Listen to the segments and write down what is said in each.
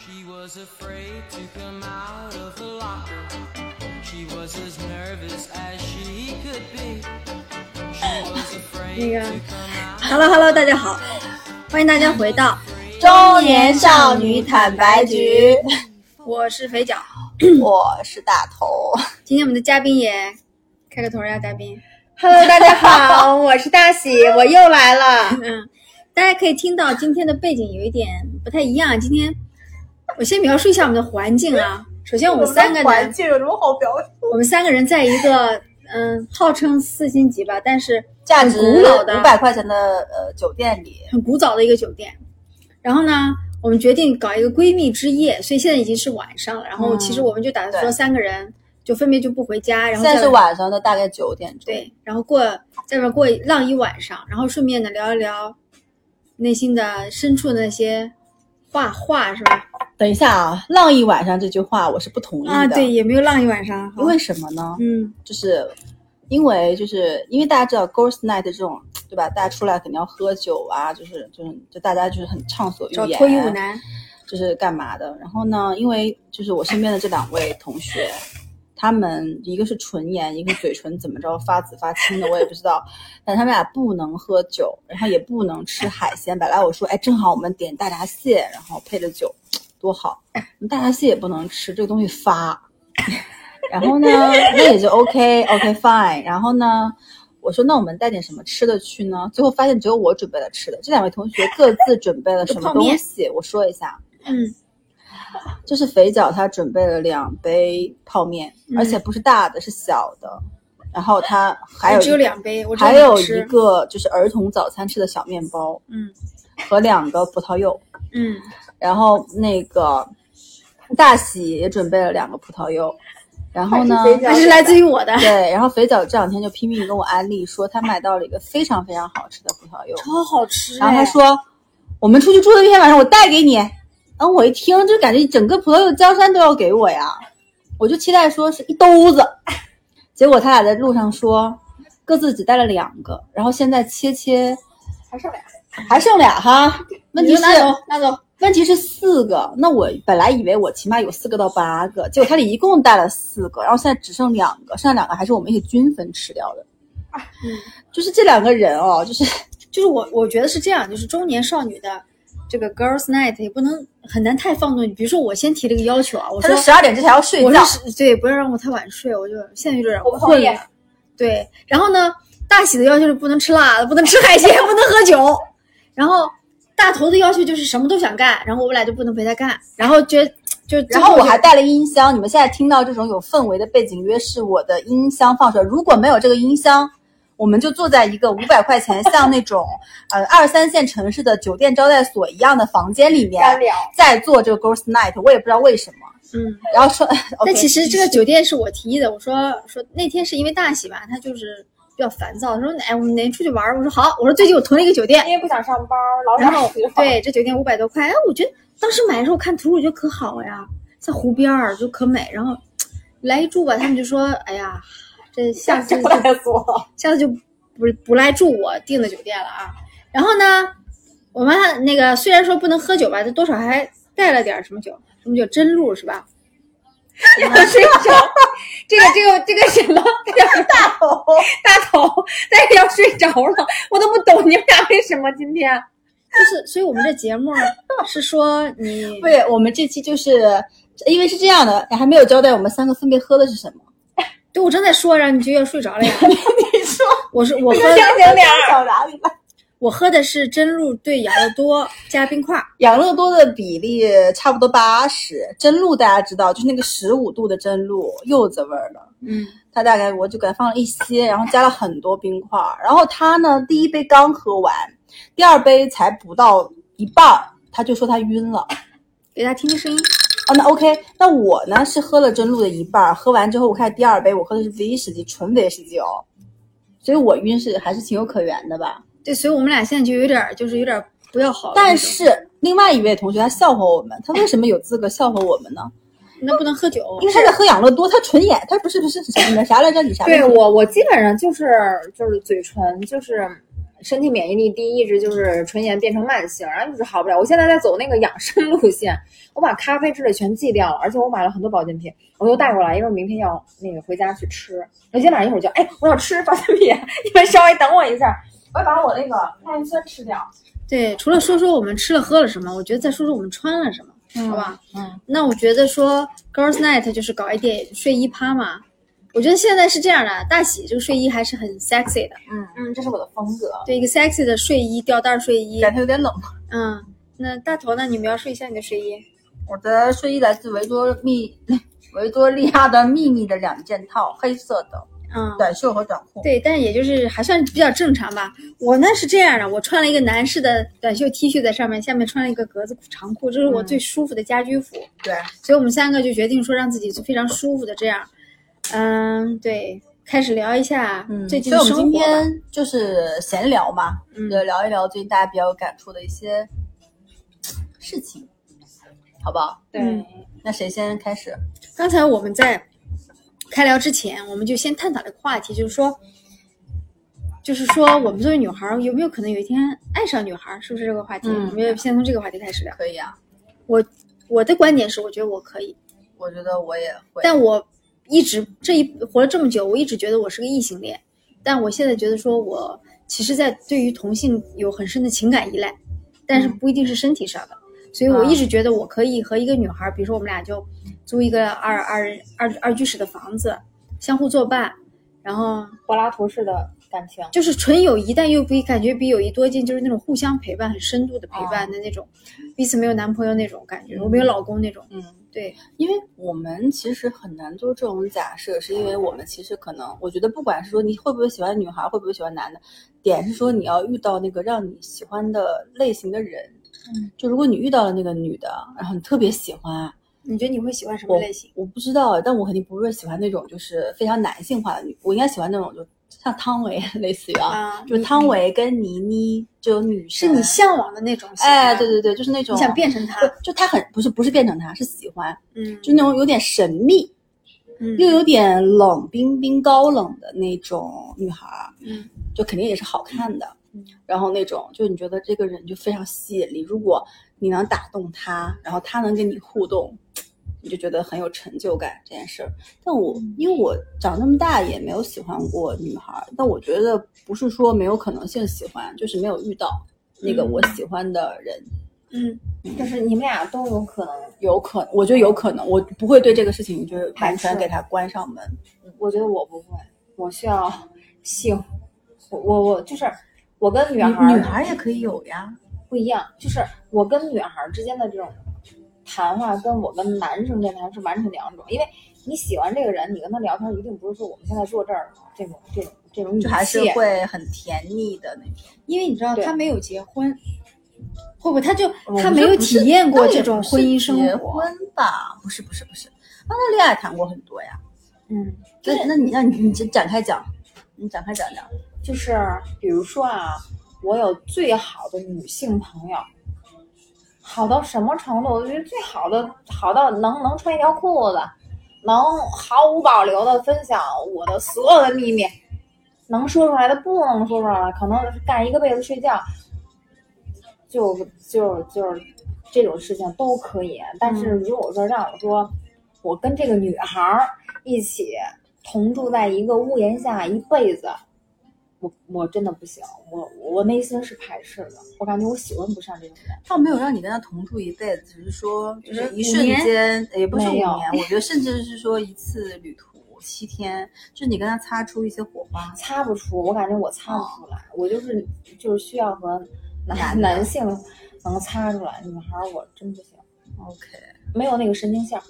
She was afraid to come out of the locker. She was as nervous as she could be. She was afraid 那个 to come out. Hello Hello，大家好，欢迎大家回到，中年少女坦白局，我是肥脚。我是大头。今天我们的嘉宾也开个头呀，嘉宾。 Hello，大 家好，我是大喜，我又来了。嗯，大家可以听到今天的背景有一点不太一样。今天我先描述一下我们的环境啊。首先，我们三个人，境有什么好表？我们三个人在一个嗯，号称四星级吧，但是价值值很古老的五百块钱的呃酒店里，很古早的一个酒店。然后呢，我们决定搞一个闺蜜之夜，所以现在已经是晚上了。然后其实我们就打算说嗯对三个人就分别就不回家，然现后在在是晚上的大概九点钟。，对，然后过在外面过一浪一晚上，然后顺便呢聊一聊内心的深处的那些画画是吧？等一下啊，浪一晚上这句话我是不同意的。啊，对，，也没有浪一晚上，好因为什么呢？嗯就是因为就是因为大家知道 girls night 这种对吧？大家出来肯定要喝酒啊，就是就是就大家就是很畅所欲找言，脱衣舞男，就是干嘛的。然后呢，因为就是我身边的这两位同学，他们一个是唇炎，一个是嘴唇怎么着发紫发青的，我也不知道。但他们俩不能喝酒，然后也不能吃海鲜。本来我说，哎，正好我们点大闸蟹，然后配着酒，多好。哎大闸蟹也不能吃，这个东西发。 然后呢，那也就 OK OK fine。然后呢，我说那我们带点什么吃的去呢？最后发现只有我准备了吃的，这两位同学各自准备了什么泡面东西？我说一下，嗯，就是肥脚他准备了两杯泡面，嗯而且不是大的，是小的。然后他还有我只有一两杯，我只还有有两一吃，个就是儿童早餐吃的小面包嗯和两个葡萄柚。嗯，然后那个大喜也准备了两个葡萄柚。然后呢还是肥，脚还是来自于我的， 对，然后肥脚这两天就拼命跟我安利说他买到了一个非常非常好吃的葡萄柚。超好吃、然后他哎说：“我们出去住的那天晚上，我带给你。”嗯，我一听就感觉整个葡萄柚江山都要给我呀，我就期待说是一兜子。 结果他俩在路上说，各自只带了两个，然后现在切切还剩俩，还剩俩哈。问题你是就拿走拿走，问题是四个，那我本来以为我起码有四个到八个，结果他俩一共带了四个，然后现在只剩两个，剩下两个还是我们一起均分吃掉的。嗯，就是这两个人哦，就是就是我我觉得是这样，就是中年少女的。这个 girls night 也不能很难太放纵你，比如说我先提了一个要求啊，我他说说十二点之前要睡我觉。是对，不要让我太晚睡，我就现在就有点我不困同意了。对，然后呢，大喜的要求是不能吃辣的，不能吃海鲜，不能喝酒。然后大头的要求就是什么都想干，然后我们俩就不能陪他干，然后觉就然最后我就还带了音箱，你们现在听到这种有氛围的背景乐是我的音箱放出来。如果没有这个音箱，我们就坐在一个五百块钱像那种呃二三线城市的酒店招待所一样的房间里面，干聊。在做这个 girls night，我也不知道为什么。嗯，然后说，但 OK，其实这个酒店是我提议的，我说说那天是因为大喜吧，他就是比较烦躁，他说哎我们哪出去玩儿？我说好，我说最近我囤了一个酒店，因为不想上班，老然想后吃好。 对这酒店五百多块，哎，我觉得当时买的时候看图，我觉得可好呀，在湖边儿就可美。然后来一住吧，他们就说，哎呀，这下次招就 待所，下次就不不来住我订的酒店了啊。然后呢，我们还那个虽然说不能喝酒吧，这多少还带了点儿什么酒，什么酒真露是吧？睡着。这个这个这个什么？大头，大头，但是要睡着了，我都不懂你们俩为什么今天。啊就是，所以我们这节目是说你对我们这期就是因为是这样的，还没有交代我们三个分别喝的是什么。对我正在说，然后你就要睡着了呀。你说，我是我喝行点到哪里了？我喝的是真露兑养乐多加冰块。养乐多的比例差不多八十，真露大家知道，就是那个十五度的真露，柚子味儿的。嗯，它大概我就给它放了一些，然后加了很多冰块儿。然后他呢，第一杯刚喝完，第二杯才不到一半儿，他就说他晕了。给大家听听声音。哦，那 OK，那我呢是喝了真露的一半儿，喝完之后我看第二杯，我喝的是威士忌，纯威士忌哦。所以我晕是还是情有可原的吧。对，所以我们俩现在就有点儿，就是有点儿不要好了那种。但是另外一位同学他笑话我们，他为什么有资格笑话我们呢？那不能喝酒因，为他在喝养乐多，他纯眼，他不是不是什么啥来着？你啥来 对着？我，我基本上就是就是嘴唇就是身体免疫力低，一直就是唇炎变成慢性，然后一直好不了。我现在在走那个养生路线，我把咖啡之类全戒掉了，而且我买了很多保健品，我都带过来，因为明天要那个回家去吃。我今天晚上一会儿就哎，我要吃保健品， 你们稍微等我一下，我要把我那个赖氨酸吃掉。对，除了说说我们吃了喝了什么，我觉得再说说我们穿了什么，好吧？嗯，那我觉得说 girls night 就是搞一点睡衣趴嘛。我觉得现在是这样的，大喜这个睡衣还是很 sexy 的，嗯，嗯，这是我的风格。对一个 sexy 的睡衣，吊带睡衣感。觉有点冷。嗯，那大头呢？你描述一下你的睡衣。我的睡衣来自维多利 维多利亚的秘密的两件套，黑色的嗯，短袖和短裤。对，但也就是还算比较正常吧。我呢是这样的，我穿了一个男士的短袖 T 恤在上面，下面穿了一个格子长裤，这是嗯我最舒服的家居服。对，所以我们三个就决定说让自己就非常舒服的这样。嗯，对，开始聊一下嗯，最近所以的我们生今活吧。天就是闲聊嘛，嗯就聊一聊最近大家比较有感触的一些事情，好不好？对，嗯那谁先开始？刚才我们在开聊之前，我们就先探讨了个话题，就是说，就是说我们作为女孩儿，有没有可能有一天爱上女孩儿？是不是这个话题？嗯我们就先从这个话题开始聊。可以啊，我我的观点是，我觉得我可以，我觉得我也会。但我一直这一活了这么久，我一直觉得我是个异性恋，但我现在觉得说我其实，在对于同性有很深的情感依赖，但嗯是不一定是身体上的，所以我啊一直觉得我可以和一个女孩，比如说我们俩就租一个二二人二二居室的房子，相互作伴，然后柏拉图式的感情。就是纯友谊，但又比感觉比友谊多近，就是那种互相陪伴、很深度的陪伴的那种，彼此没有男朋友那种感觉，我没有老公那种，啊嗯，对，因为我们其实很难做这种假设，是因为我们其实可能，我觉得不管是说你会不会喜欢女孩，会不会喜欢男的，点是说你要遇到那个让你喜欢的类型的人。嗯，就如果你遇到了那个女的，然后你特别喜欢，你觉得你会喜欢什么我类型？我不知道，啊但我肯定不会喜欢那种就是非常男性化的女，我应该喜欢那种就像汤唯 类似于啊，啊，就是你汤唯跟倪妮这种女是生，你向往的那种型哎，吗对对对，就是那种你想变成他，不就她很不是不是变成她，是喜欢，嗯，就那种有点神秘，嗯又有点冷冰冰、高冷的那种女孩儿，嗯，就肯定也是好看的。然后那种，就你觉得这个人就非常吸引力，如果你能打动他，然后他能跟你互动，你就觉得很有成就感这件事儿。但我因为我长这么大也没有喜欢过女孩儿，但我觉得不是说没有可能性喜欢，就是没有遇到那个我喜欢的人。嗯，就是你们俩都有可能，有可，我觉得有可能，我不会对这个事情就是完排全斥给他关上门。我觉得我不会，我需要性，我我我就是我跟女孩女儿女孩儿也可以有呀，不一样，就是我跟女孩儿之间的这种谈话，跟我跟男生间谈是完全两种，因为你喜欢这个人，你跟他聊天一定不是说我们现在坐这儿这种这种这种语就还是气，会很甜腻的那种。因为你知道对他没有结婚，会不会他就我他觉没得有不是体验过倒也这种不是婚姻生结活？婚吧？不是不是不是，那他恋爱谈过很多呀。嗯，那那你那你你展展开讲，你展开讲讲。就是比如说啊，我有最好的女性朋友，好到什么程度？我觉得最好的，好到能能穿一条裤子，能毫无保留的分享我的所有的秘密，能说出来的不能说出来的，可能盖一个被子睡觉，就就就是这种事情都可以。但是如果说让我说，我跟这个女孩儿一起同住在一个屋檐下一辈子。我我真的不行，我我内心是排斥的，我感觉我喜欢不上这种人。倒没有让你跟他同住一辈子，只是说就是一呃五瞬年间，也不是五没有年，我觉得甚至是说一次旅途七天，就是你跟他擦出一些火花。擦不出，我感觉我擦不出来，我就是就是需要和哦男男的 男性能擦出来，女孩儿我真不行， OK，没有那个神经线儿。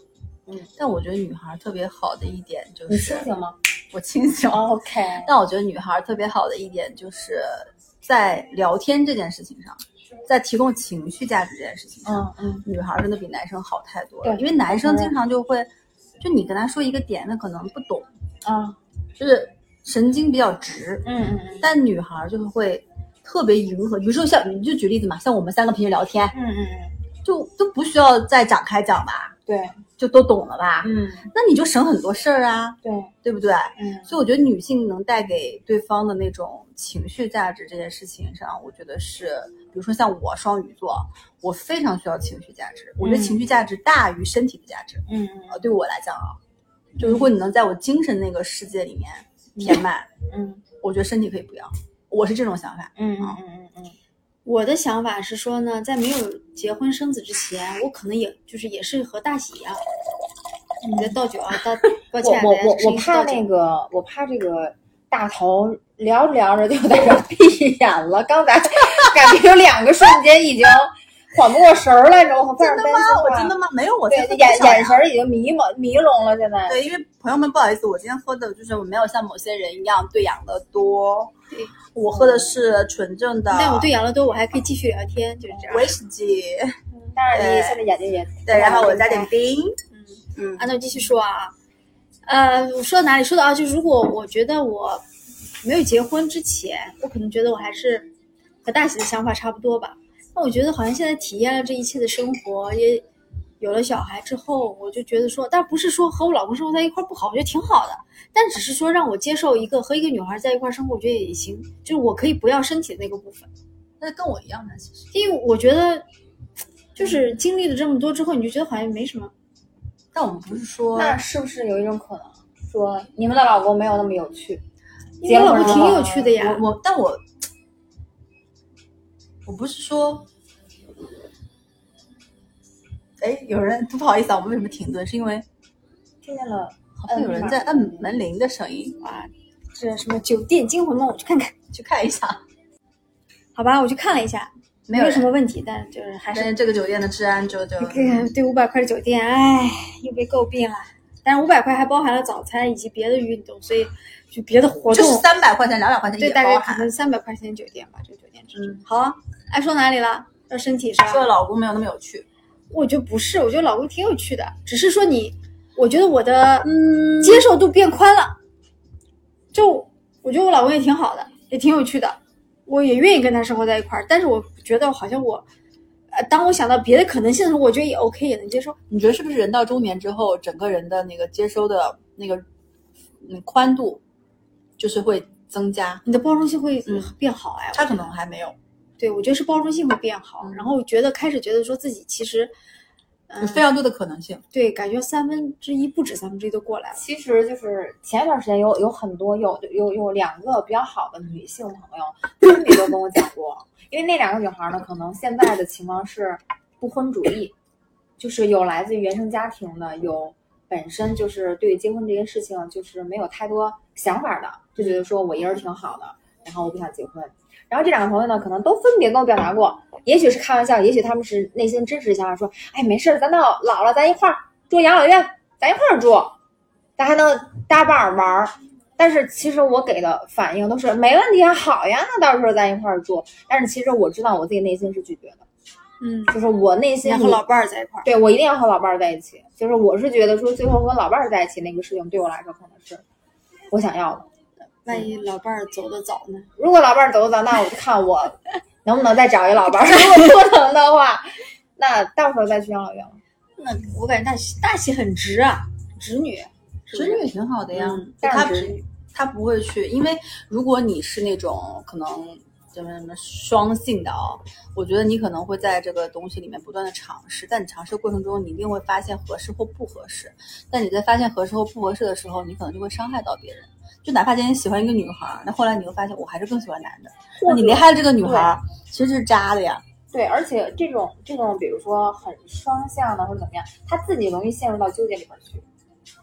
嗯但我觉得女孩特别好的一点就你是清醒吗我清醒。哦？OK，但我觉得女孩特别好的一点就是在聊天这件事情上，在提供情绪价值这件事情上，嗯嗯，女孩真的比男生好太多了。对嗯因为男生当然经常就会，就你跟他说一个点，他可能不懂，啊，就是神经比较直。嗯嗯但女孩就是会特别迎合，比如说像你就举例子嘛，像我们三个平时聊天，嗯嗯嗯，就都不需要再展开讲吧。对，就都懂了吧？嗯，那你就省很多事儿啊，对，对不对？嗯所以我觉得女性能带给对方的那种情绪价值这件事情上，我觉得是，比如说像我双鱼座，我非常需要情绪价值，我觉得情绪价值大于身体的价值。嗯呃，对我来讲啊，就如果你能在我精神那个世界里面填满，嗯我觉得身体可以不要，我是这种 想法。嗯嗯嗯嗯我的想法是说呢，在没有结婚生子之前，我可能也就是也是和大喜一样，你在倒酒啊，大抱我歉啊，嗯大我家我是我一起怕倒酒那个，我怕这个大头聊着聊着就在这儿 闭眼了。刚才感觉有两个瞬间已经缓不过神儿来着，我非常真的担吗心？我他真的吗？没有，我对现在眼不想眼聊神儿已经迷蒙迷笼了，现在。对，因为朋友们不好意思，我今天喝的就是我没有像某些人一样对养乐多对，我喝的是纯正的，但我对养乐多我还可以继续聊天，就是这样。威士忌，但是你对现在眼睛也呃对，然后我加点冰，嗯啊，那我继续说啊，呃，我说到哪里？说到啊，就如果我觉得我没有结婚之前，我可能觉得我还是和大喜的想法差不多吧。那我觉得好像现在体验了这一切的生活，也有了小孩之后，我就觉得说，但不是说和我老公生活在一块儿不好，我觉得挺好的。但只是说让我接受一个和一个女孩在一块儿生活，我觉得也行，就是我可以不要身体的那个部分。那跟我一样的其实。因为我觉得，就是经历了这么多之后，你就觉得好像没什么。但我们不是说，那是不是有一种可能，说你们的老公没有那么有趣？因为我老公结婚挺了有趣的呀，我我，但我我不是说，哎，有人不好意思啊，我们为什么停顿？是因为听见了，好像有人在按门铃的声音，啊，这什么酒店惊魂梦，我去看看。去看一下，好吧，我去看了一下，没没有有人什么问题，但就是还但是是这个酒店的治安就就这个对五百块的酒店，哎，又被诟病了。但是五百块还包含了早餐以及别的运动，所以就别的活就动，是三百块钱、两百块钱对，也大概包可含。能三百块钱酒店吧，这个酒店只是。嗯好啊，哎，说哪里了？说身体是吧？说老公没有那么有趣，我觉得不是，我觉得老公挺有趣的，只是说你，我觉得我的嗯接受度变宽了，就我觉得我老公也挺好的，也挺有趣的，我也愿意跟他生活在一块儿。但是我觉得好像我，呃，当我想到别的可能性的时候，我觉得也 OK，也能接受。你觉得是不是人到中年之后，整个人的那个接收的那个嗯宽度，就是会增加？你的包容性会嗯变好哎，他可能还没有，对我觉得是包容性会变好，然后觉得开始觉得说自己其实有非常多的可能性。对，感觉三分之一不止三分之一都过来了。其实就是前一段时间有有很多有有有两个比较好的女性朋友，她们也都跟我讲过，因为那两个女孩呢，可能现在的情况是不婚主义，就是有来自于原生家庭的，有本身就是对结婚这件事情就是没有太多想法的，就觉得说我一个人挺好的，然后我不想结婚。然后这两个朋友呢，可能都分别跟我表达过，也许是开玩笑，也许他们是内心真实想法，说，哎，没事儿，咱到老了，咱一块儿住养老院，咱一块儿住，咱还能搭伴儿玩儿。但是其实我给的反应都是没问题啊，好呀，那到时候咱一块儿住。但是其实我知道我自己内心是拒绝的，嗯，就是我内心然后老伴儿在一块儿，对我一定要和老伴儿在一起。就是我是觉得说，最后和老伴儿在一起那个事情，对我来说可能是我想要的。万一老伴儿走得早呢？如果老伴儿走早，那我就看我能不能再找一老伴儿。如果不能的话，那到时候再去养老院了。那我感觉大喜大喜很直啊，直女，是不侄是女挺好的呀，嗯就她但是侄不她不会去，因为如果你是那种可能什么什么双性的啊、我觉得你可能会在这个东西里面不断的尝试，但你尝试过程中，你一定会发现合适或不合适。但你在发现合适或不合适的时候，你可能就会伤害到别人。就哪怕今天喜欢一个女孩儿，那后来你会发现我还是更喜欢男的，那你离开了这个女孩儿，其实是渣的呀。对，而且这种这种，比如说很双向的或者怎么样，他自己容易陷入到纠结里边去。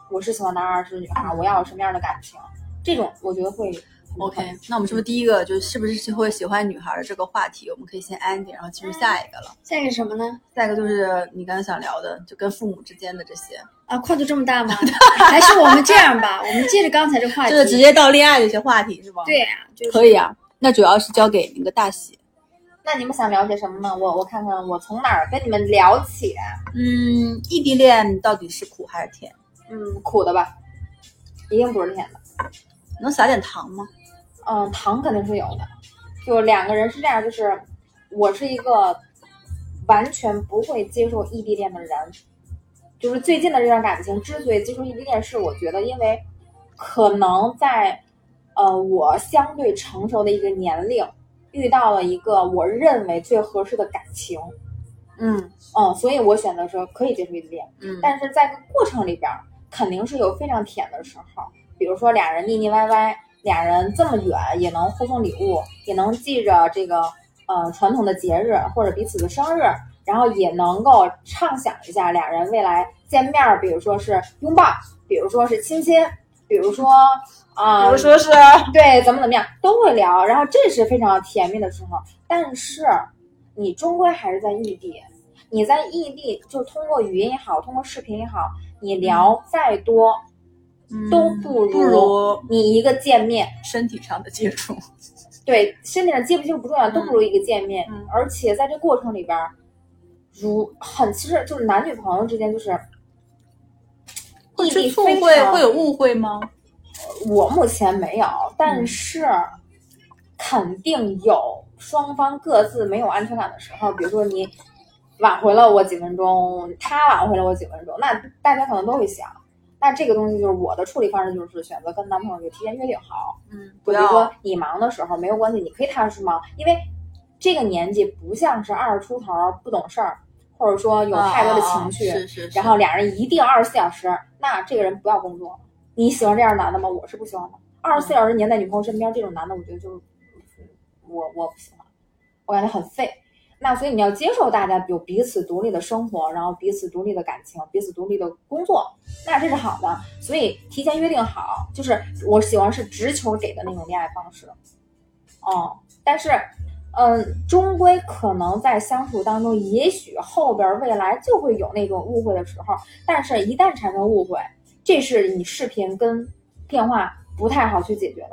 我是喜欢男孩儿，是女孩儿，我要有什么样的感情？这种我觉得会很 OK，那我们是不是第一个就是不是会喜欢女孩儿的这个话题，我们可以先 ending，然后进入下一个了。下一个是什么呢？再一个就是你刚才想聊的，就跟父母之间的这些，啊，跨度这么大吗？ 还是我们这样吧，我们接着刚才这话题，就是直接到恋爱的一些话题是吧？对，呀、就是可以啊。那主要是交给那个大喜。那你们想了解什么呢？我我看看我从哪儿跟你们聊起？嗯，异地恋到底是苦还是甜？嗯，苦的吧，一定不是甜的。能撒点糖吗？嗯，糖肯定是有的。就两个人是这样，就是我是一个完全不会接受异地恋的人，就是最近的这段感情之所以接受异地恋，是我觉得因为可能在呃我相对成熟的一个年龄，遇到了一个我认为最合适的感情，嗯嗯，所以我选择说可以接受异地恋。嗯但是在这个过程里边儿，肯定是有非常甜的时候，比如说俩人腻腻歪歪，俩人这么远也能互送礼物，也能记着这个呃传统的节日或者彼此的生日，然后也能够畅想一下俩人未来见面儿，比如说是拥抱，比如说是亲亲，比如说啊、我说是 对，怎么怎么样都会聊，然后这是非常甜蜜的时候。但是你终归还是在异地，你在异地就通过语音也好，通过视频也好，你嗯聊再多、都不不如你一个见面，身体上的接触，对身体上接不接触不重要，都不如一个见面。嗯而且在这过程里边儿，如很其实就是男女朋友之间就是异吃地醋非会常会有误会吗？我目前没有，嗯但是肯定有双方各自没有安全感的时候。比如说你挽回了我几分钟，他挽回了我几分钟，那大家可能都会想，那这个东西就是我的处理方式，就是选择跟男朋友就提前约定好，嗯，就比如说你忙的时候没有关系，你可以踏实忙，因为这个年纪不像是二十出头不懂事儿，或者说有太多的情绪，啊啊啊是是是然后俩人一定二十四小时，那这个人不要工作。你喜欢这样的男的吗？我是不喜欢的。二嗯十四小时黏在女朋友身边这种男的，我觉得就是我我不喜欢，我感觉很废。那所以你要接受大家有彼此独立的生活，然后彼此独立的感情，彼此独立的工作，那这是好的。所以提前约定好，就是我喜欢是直球给的那种恋爱方式。哦，但是，嗯，终归可能在相处当中，也许后边儿未来就会有那种误会的时候，但是一旦产生误会，这是你视频跟电话不太好去解决的。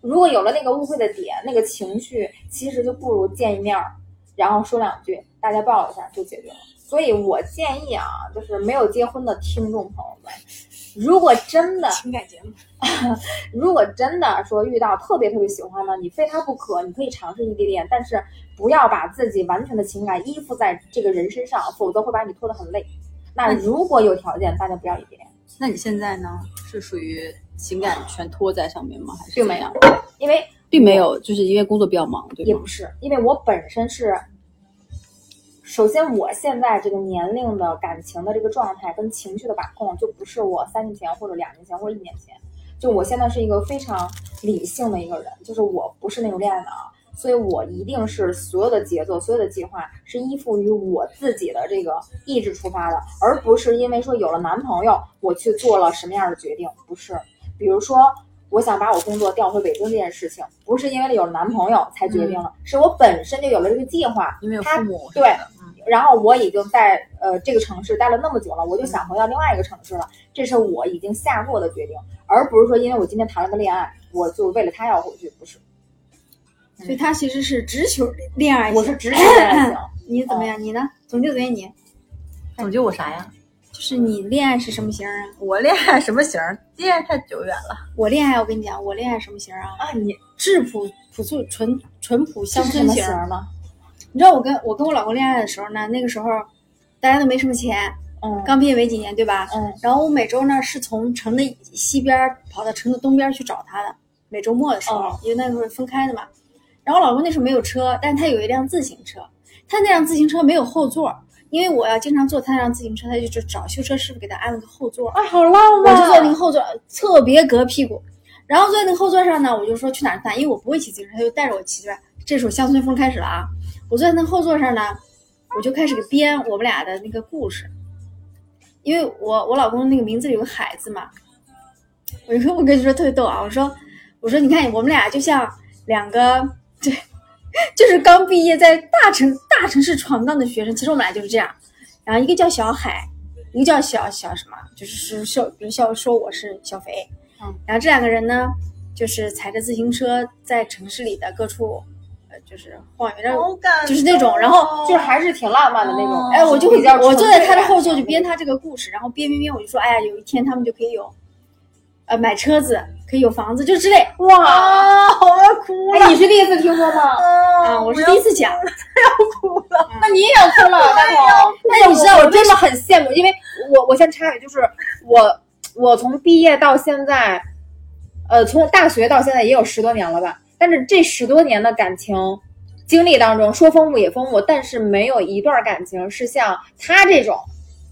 如果有了那个误会的点，那个情绪，其实就不如见一面儿，然后说两句，大家抱一下就解决了。所以我建议啊，就是没有结婚的听众朋友们，如果真的情感节目，如果真的说遇到特别特别喜欢的，你非他不可，你可以尝试异地恋，但是不要把自己完全的情感依附在这个人身上，否则会把你拖得很累。那如果有条件，大家不要异地恋，那你现在呢？是属于情感全拖在上面吗？还是并没怎有样，因为并没有，就是因为工作比较忙，对也吗不？是，因为我本身是，首先我现在这个年龄的感情的这个状态跟情绪的把控，就不是我三年前或者两年前或者一年前，就我现在是一个非常理性的一个人，就是我不是那种恋爱脑，所以我一定是所有的节奏、所有的计划是依附于我自己的这个意志出发的，而不是因为说有了男朋友我去做了什么样的决定，不是，比如说。我想把我工作调回北京这件事情，不是因为有了男朋友才决定了，是我本身就有了这个计划，因为有他父母什对么的，嗯然后我已经在呃这个城市待了那么久了，我就想回到另外一个城市了，这是我已经下过的决定，而不是说因为我今天谈了个恋爱，我就为了他要回去，不是，所以他其实是直球恋爱型。我是直接恋爱型。你怎么样？你呢？总结总结你，总结我啥呀？就是你恋爱是什么型儿啊？我恋爱什么型儿？恋爱太久远了，我恋爱，我跟你讲，我恋爱什么型儿啊？啊，你质朴、朴素、淳淳朴乡是什村么型型儿。儿呢？你知道我跟我跟我老公恋爱的时候呢，那个时候大家都没什么钱，嗯，刚毕业没几年，对吧？嗯然后我每周呢是从城的西边儿跑到城的东边儿去找他的，每周末的时候，哦因为那时候分开的嘛。然后我老公那时候没有车，但是他有一辆自行车，他那辆自行车没有后座，因为我要经常坐他那辆自行车，他就去找修车师傅给他安了个后座。啊，好浪我漫！就坐那个后座，特别隔屁股。然后坐在那个后座上呢，我就说去哪儿看，因为我不会骑自行车，他就带着我骑对吧？这时候乡村风开始了啊！我坐在那个后座上呢，我就开始给编我们俩的那个故事，因为我我老公那个名字里有个海字嘛，我就说我跟你说特别逗啊，我说我说你看我们俩就像两个对， 就是刚毕业在大城大城市闯荡的学生，其实我们俩就是这样，然后一个叫小海，一个叫小小什么，就是是说，比如笑说我是小肥，嗯，然后这两个人呢，就是踩着自行车在城市里的各处，呃，就是晃悠，然后感就是那种，然后就是还是挺浪漫的那种。哎，我就会哦比较我坐在他的后座纯就粹编他这个故事，然后编编编，我就说，哎呀，有一天他们就可以有，呃，买车子，可以有房子，就之类。哇！啊，好要哭了哎，你是第一次听说吗？啊，啊我是第一次讲，要哭了，那你也想哭了，大头？但是你知道我我真的很羡慕，因为我我先插一句，就是我我从毕业到现在，呃，从大学到现在也有十多年了吧。但是这十多年的感情经历当中，说丰富也丰富，但是没有一段感情是像他这种，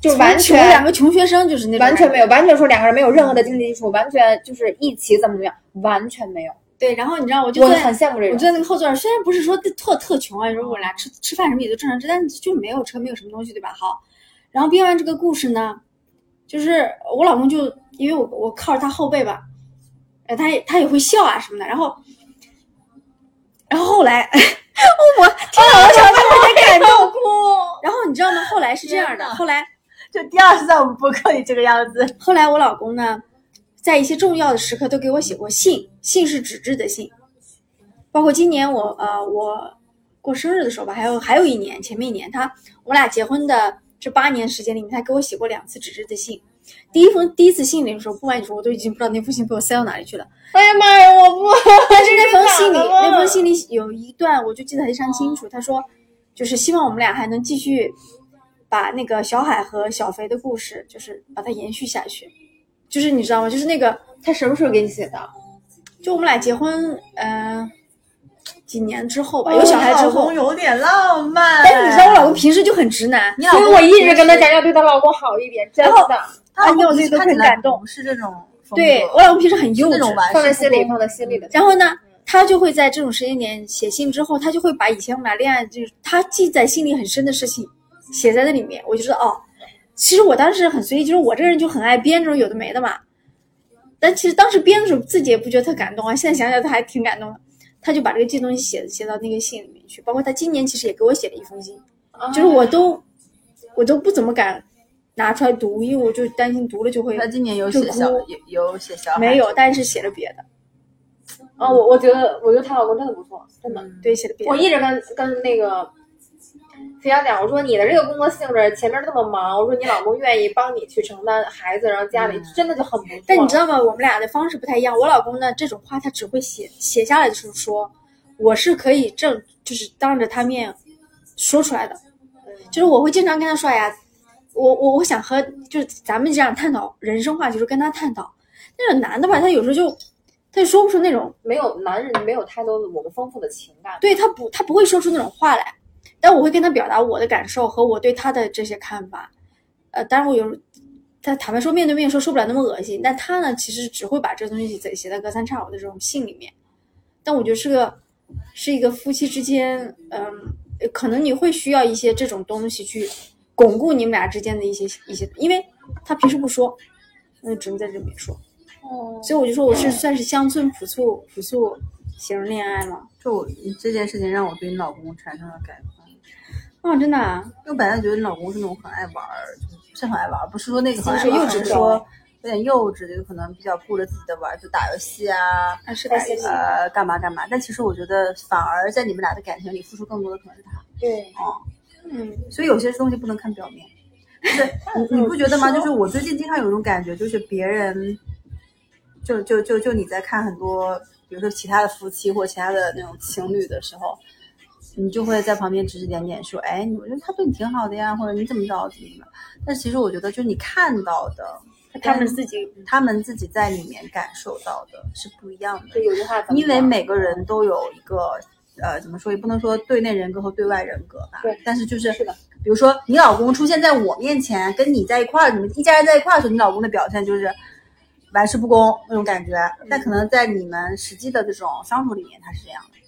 就完穷全两个穷学生就是那种完全没有。有，完全说两个人没有任何的经济基础，完全就是一起怎么怎么样，完全没有。对，然后你知道我就我坐在很羡慕这我种坐。在那个后座上，虽然不是说特特穷啊，你说我俩吃吃饭什么也就正常吃，但是就是没有车，没有什么东西，对吧？好，然后编完这个故事呢，就是我老公就因为我我靠着他后背吧，呃，他也他也会笑啊什么的，然后，然后后来， 我听到我想到我感动哭，然后你知道吗？后来是这样的，天哪后来就第二次在我们博客里这个样子，后来我老公呢，在一些重要的时刻都给我写过信，信是纸质的信，包括今年我呃我过生日的时候吧，还有还有一年前面一年他我俩结婚的这八年时间里面，他给我写过两次纸质的信。第一封第一次信里的时候，不瞒你说，我都已经不知道那封信被我塞到哪里去了。哎呀妈呀，我不，但是那封信里，真的吗那封信里有一段，我就记得非常清楚。他说，就是希望我们俩还能继续把那个小海和小肥的故事，就是把它延续下去。就是你知道吗？就是那个，他什么时候给你写的？就我们俩结婚，呃，几年之后吧， 有小孩之哦后。哎有点浪漫但是你知道，我老公平时就很直男，你老所以公我一直跟他讲要对她老公好一点，真的啊他老公哎我不是那个看起很来感动不是这种风对格我老公平时很幼是那种稚，玩世放在心里，不恭放在心里的。然后呢，他就会在这种时间点写信之后，他就会把以前我们俩恋爱就是他记在心里很深的事情写在那里面。我就知道哦，其实我当时很随意，就是我这个人就很爱编这种有的没的嘛。但其实当时编的时候自己也不觉得特感动啊，现在想想他还挺感动的。他就把这个这东西写写到那个信里面去，包括他今年其实也给我写了一封信，就是我都我都不怎么敢拿出来读，因为我就担心读了就会他今年有写小就有有写小孩没有，但是写了别的，啊，我我觉得，我觉得她老公真的不错，真的。对，写了别的。我一直跟跟那个肥羊讲，我说你的这个工作性质前面这么忙，我说你老公愿意帮你去承担孩子，然后家里嗯真的就很不错。但你知道吗？我们俩的方式不太一样。我老公呢，这种话他只会写写下来的时候说，我是可以正就是当着他面说出来的，嗯就是我会经常跟他说哎呀，我我我想和就是咱们这样探讨人生话题，就是跟他探讨。那种男的吧，他有时候就他就说不出那种，没有男人没有太多的我们丰富的情感，对他不他不会说出那种话来，但我会跟他表达我的感受和我对他的这些看法。呃，当然我有。他坦白说，面对面说说不了那么恶心，但他呢，其实只会把这东西写写在隔三差五的这种信里面。但我觉得是个是一个夫妻之间，嗯，呃可能你会需要一些这种东西去巩固你们俩之间的一些一些，因为他平时不说，那就只能在这里面说。哦所以我就说我是算是乡村朴素朴素型恋爱嘛。就我这件事情让我对你老公产生了改观，哦，真的、啊，因为我本来觉得你老公是那种很爱玩儿，就是是很爱玩儿，不是说那个很爱是玩幼儿，稚只是的说有点幼稚，就可能比较顾着自己的玩儿，就打游戏啊，啊是的开，心的呃，干嘛干嘛。但其实我觉得，反而在你们俩的感情里，付出更多的可能是他。对，哦，嗯，所以有些东西不能看表面。就是你你不觉得吗？就是我最近经常有一种感觉，就是别人，就就就就你在看很多，比如说其他的夫妻或其他的那种情侣的时候，你就会在旁边指指点点说，哎，你我觉得他对你挺好的呀，或者你怎么着怎么怎么。但其实我觉得，就是你看到的，他们自己他们自己在里面感受到的是不一样的。就有句话怎么因为讲每个人都有一个呃，怎么说也不能说对内人格和对外人格吧。对但是就是是的，比如说你老公出现在我面前，跟你在一块儿，你们一家人在一块儿的时候，你老公的表现就是玩世不恭那种感觉。嗯但可能在你们实际的这种相处里面，他是这样的。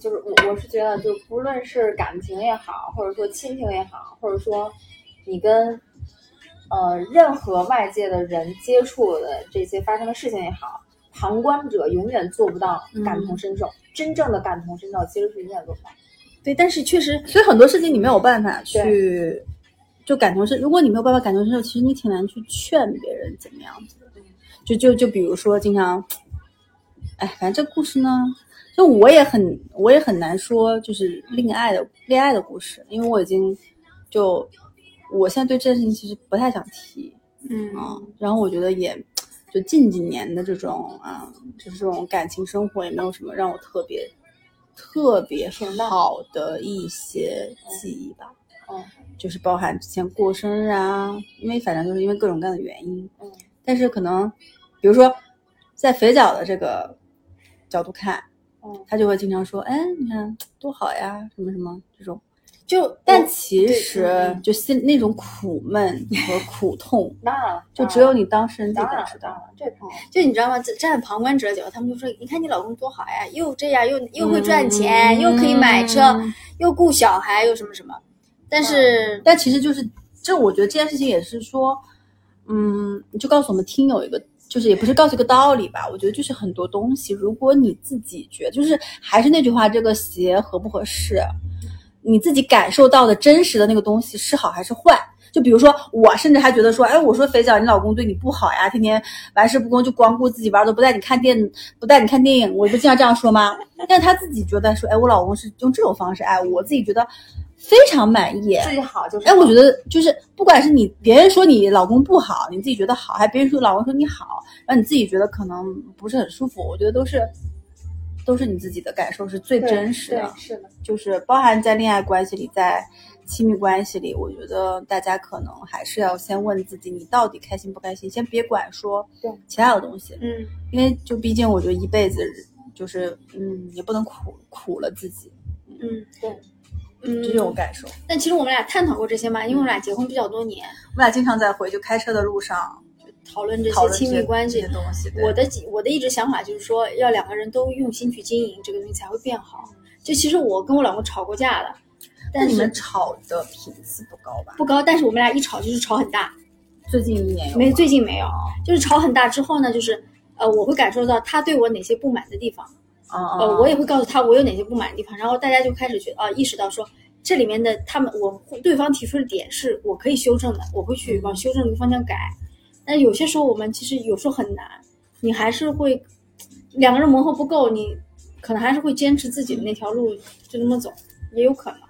就是我我是觉得，就不论是感情也好，或者说亲情也好，或者说你跟呃任何外界的人接触的这些发生的事情也好，旁观者永远做不到嗯感同身受。真正的感同身受其实是永远做不到。对，但是确实所以很多事情你没有办法去。就感同身，如果你没有办法感同身受，其实你挺难去劝别人怎么样子的。就就就比如说，经常，哎，反正这故事呢，就我也很我也很难说，就是恋爱的恋爱的故事，因为我已经就我现在对这件事情其实不太想提嗯啊、然后我觉得也就近几年的这种啊，就是这种感情生活也没有什么让我特别特别平淡好的一些记忆吧。嗯，就是包含之前过生日啊，因为反正就是因为各种各样的原因，嗯，但是可能比如说在肥脚的这个角度看，嗯他就会经常说，哎，你看多好呀，什么什么这种。就但我其对实嗯，就心那种苦闷和苦痛当然了，就当只有然啊了你当事人自己当然才了知当道。然了，这朋友就你知道吗？站在旁观者的角度，他们就说：“你看你老公多好呀，又这样，又又会赚钱，又可以买车，嗯又顾小孩，又什么什么。”但是，但其实就是这，我觉得这件事情也是说，嗯，就告诉我们听友一个，就是也不是告诉一个道理吧。我觉得就是很多东西，如果你自己觉就是还是那句话，这个鞋合不合适，你自己感受到的真实的那个东西是好还是坏。就比如说，我甚至还觉得说，哎，我说肥脚，你老公对你不好呀，天天玩世不恭，就光顾自己玩，都不带你看电，不带你看电影，我不经常这样说吗？但是他自己觉得说，哎，我老公是用这种方式爱我，我自己觉得非常满意，自己好就是哎，我好觉得就是不管是你别人说你老公不好，你自己觉得好，还别人说老公说你好，让你自己觉得可能不是很舒服，我觉得都是都是你自己的感受是最对真实的对，是的，就是包含在恋爱关系里，在亲密关系里，我觉得大家可能还是要先问自己，你到底开心不开心，先别管说对其他的东西，嗯，因为就毕竟我觉得一辈子就是嗯，也不能苦苦了自己，嗯，对，嗯，就这种嗯感受。但其实我们俩探讨过这些嘛，因为我们俩结婚比较多年，我俩经常在回就开车的路上。讨论这讨些论亲密关系这些。东西。对我的几我的一直想法就是说，要两个人都用心去经营这个东西才会变好。就其实我跟我老公吵过架的，但但你们是吵的频次不高吧？不高，但是我们俩一吵就是吵很大。最近一年有没，吗最近没有，就是吵很大之后呢，就是呃，我会感受到他对我哪些不满的地方，啊啊呃，我也会告诉他我有哪些不满的地方，然后大家就开始去啊、意识到说这里面的他们我对方提出的点是我可以修正的，我会去往修正的方向改。但有些时候我们其实有时候很难，你还是会两个人磨合不够，你可能还是会坚持自己的那条路就那么走，也有可能。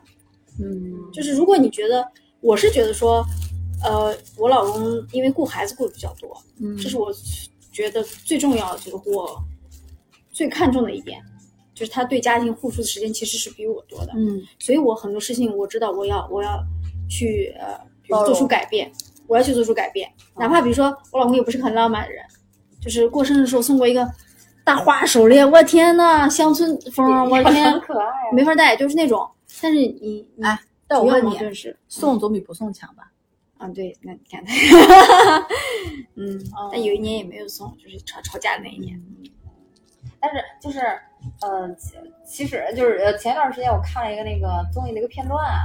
嗯，就是如果你觉得，我是觉得说，呃，我老公因为顾孩子顾的比较多，嗯这是我觉得最重要的，就是我最看重的一点，就是他对家庭付出的时间其实是比我多的，嗯，所以我很多事情我知道我要我要去呃，比如包做出容嗯改变，我要去做出改变，哪怕比如说我老公也不是个很浪漫的人，就是过生日的时候送过一个大花手链，我天呐，乡村风嗯儿，我天 很，可爱啊。没法戴，就是那种，但是你你哎但我主要问矛你盾是送总比不送强吧？啊，对，那你看， 嗯，哦但有一年也没有送，就是吵吵架的那一年。嗯但是就是，呃，其其实就是呃，前一段时间我看了一个那个综艺的一个片段啊，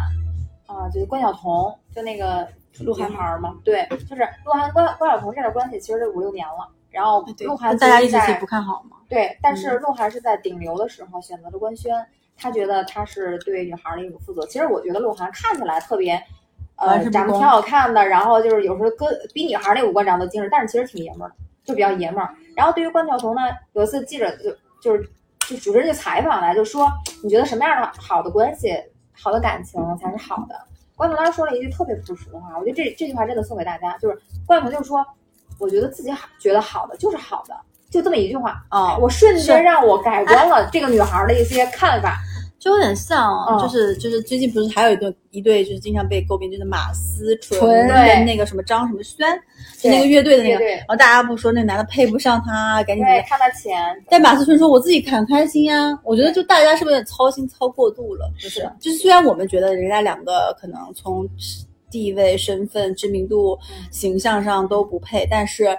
啊、就是关晓彤，就那个鹿晗女孩儿嘛，对，就是鹿晗关关晓彤这段关系其实是五六年了，然后对鹿晗啊但大家其一实直在不看好吗？对，但是鹿晗是在顶流的时候选择了官宣，他觉得他是对女孩儿的一种负责。其实我觉得鹿晗看起来特别，玩呃世，不长得恭挺好看的，然后就是有时候跟比女孩儿那五官长得精致，但是其实挺爷们儿的，就比较爷们儿。然后对于关晓彤呢，有一次记者就就是就主持人就采访来，就说你觉得什么样的好的关系、好的感情才是好的？关晓彤当时说了一句特别朴实的话，我觉得这这句话真的送给大家，就是关晓彤就说，我觉得自己好觉得好的就是好的，就这么一句话。啊，我瞬是间让我 改观了这个女孩的一些看法。就有点像，嗯就是就是最近不是还有一对一对就是经常被诟病，就是马思纯纯跟对那个什么张什么轩，就对那个乐队的那乐个，队然后大家不说那个男的配不上她，赶紧怎么对样，看她钱，但马思纯说我自己很开心呀，我觉得就大家是不是有点操心操过度了？就是就是虽然我们觉得人家两个可能从地位、身份、知名度、形象上都不配，但是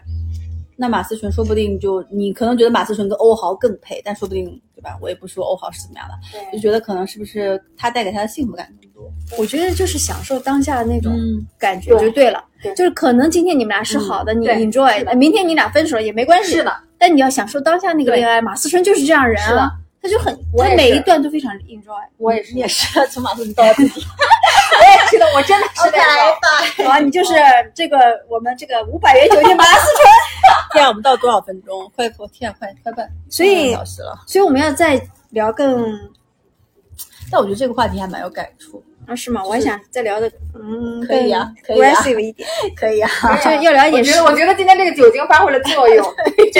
那马思纯说不定就你可能觉得马思纯跟欧豪更配，但说不定对吧？我也不说欧豪是嗯怎么样的，就对觉得可能是不是他带给他的幸福感更多？我觉得就是享受当下的那种嗯感觉对就对了，对嗯就是可能今天你们俩是好的，你对 enjoy，是的呃明天你俩分手了也没关系，是的，但你要享受当下那个对恋爱。马思纯就是这样人是的啊，他就很，我他也每是一段都非常 enjoy。我也是，你也是从马思纯到自己，我也是的，我真的是那来种。吧，好，你就是哦这个我们这个五百元酒 店马思纯， 天啊，我们到多少分钟？快，我天啊，快快半，所以半个小时了。所以我们要再聊更嗯但我觉得这个话题还蛮有感触的。啊是吗？我还想再聊的嗯可以啊更可以啊 aggressive 一 点，可以啊，就要聊一我点觉得，我觉得今天这个酒精发挥了作用， 对。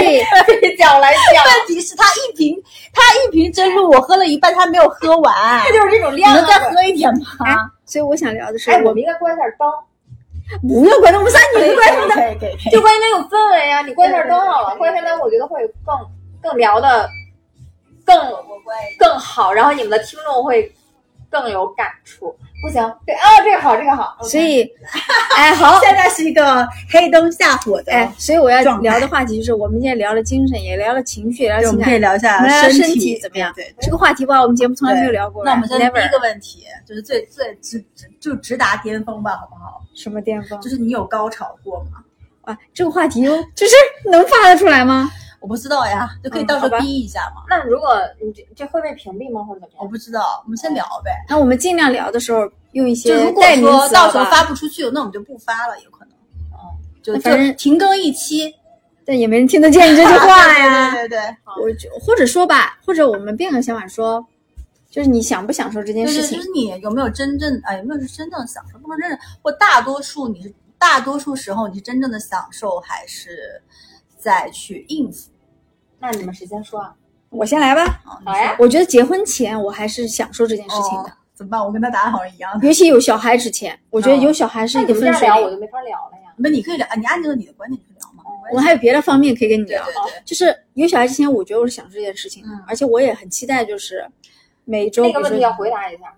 这讲来 讲，问题是他一瓶，他一瓶真露我喝了一半，他没有喝完 这。就是这种你量能再啊！喝一点吗？哎，所以我想聊的是，哎，我们应该关一下灯，不要管他们仨，你们关什么可以可以可以，就关于那种氛围啊，你关一下灯好了，对对对对对关一下灯，我觉得会更更聊的更更好，然后你们的听众会更有感触。不行，对啊，这个好，这个好，所以，哎，好，现在是一个黑灯瞎火的，哎，所以我要状态聊的话题就是，我们现在聊了精神，也聊了情绪，也聊对了我情们可以感。聊一我下们聊聊身身体怎么样对对。这个话题吧，我们节目从来没有聊过。那我们现在第一 never 个问题就是最最直直就直达巅峰吧，好不好？什么巅峰就是你有高潮过吗？啊？这个话题哦，就是能发得出来吗？我不知道呀，就可以到嗯时好候吧逼一下嘛。那如果你这这会被屏蔽吗，或者怎么我样？不知道，我们先聊呗。那我们尽量聊的时候用一就些如果代名说词，到时好候吧发不出去，那我们就不发了，有可能。嗯哦就反正就停更一期。但也没人听得见你这句话呀。 对对对我就或者说吧，或者我们变个想法说，就是你享不享受这对，件对事对，情就？是你有没有真正哎，有没有是真正享受？不能真正，或大多数你是大多数时候你是真正的享受，还是在去应付那你们谁先说啊？我先来吧。啊？好呀，我觉得结婚前我还是享受这件事情的哦，怎么办？我跟他答案好像一样的。 尤其有小孩之前，我觉得哦有小孩是那一你个们分这样水聊我岭。就没法聊了呀。不，你可以聊，啊你按照你的观点去聊嘛。我还有别的方面可以跟你对聊对，对，就是有小孩之前，我觉得我是享受这件事情的嗯，而且我也很期待，就是每周那个问比题如要说哦回答一下。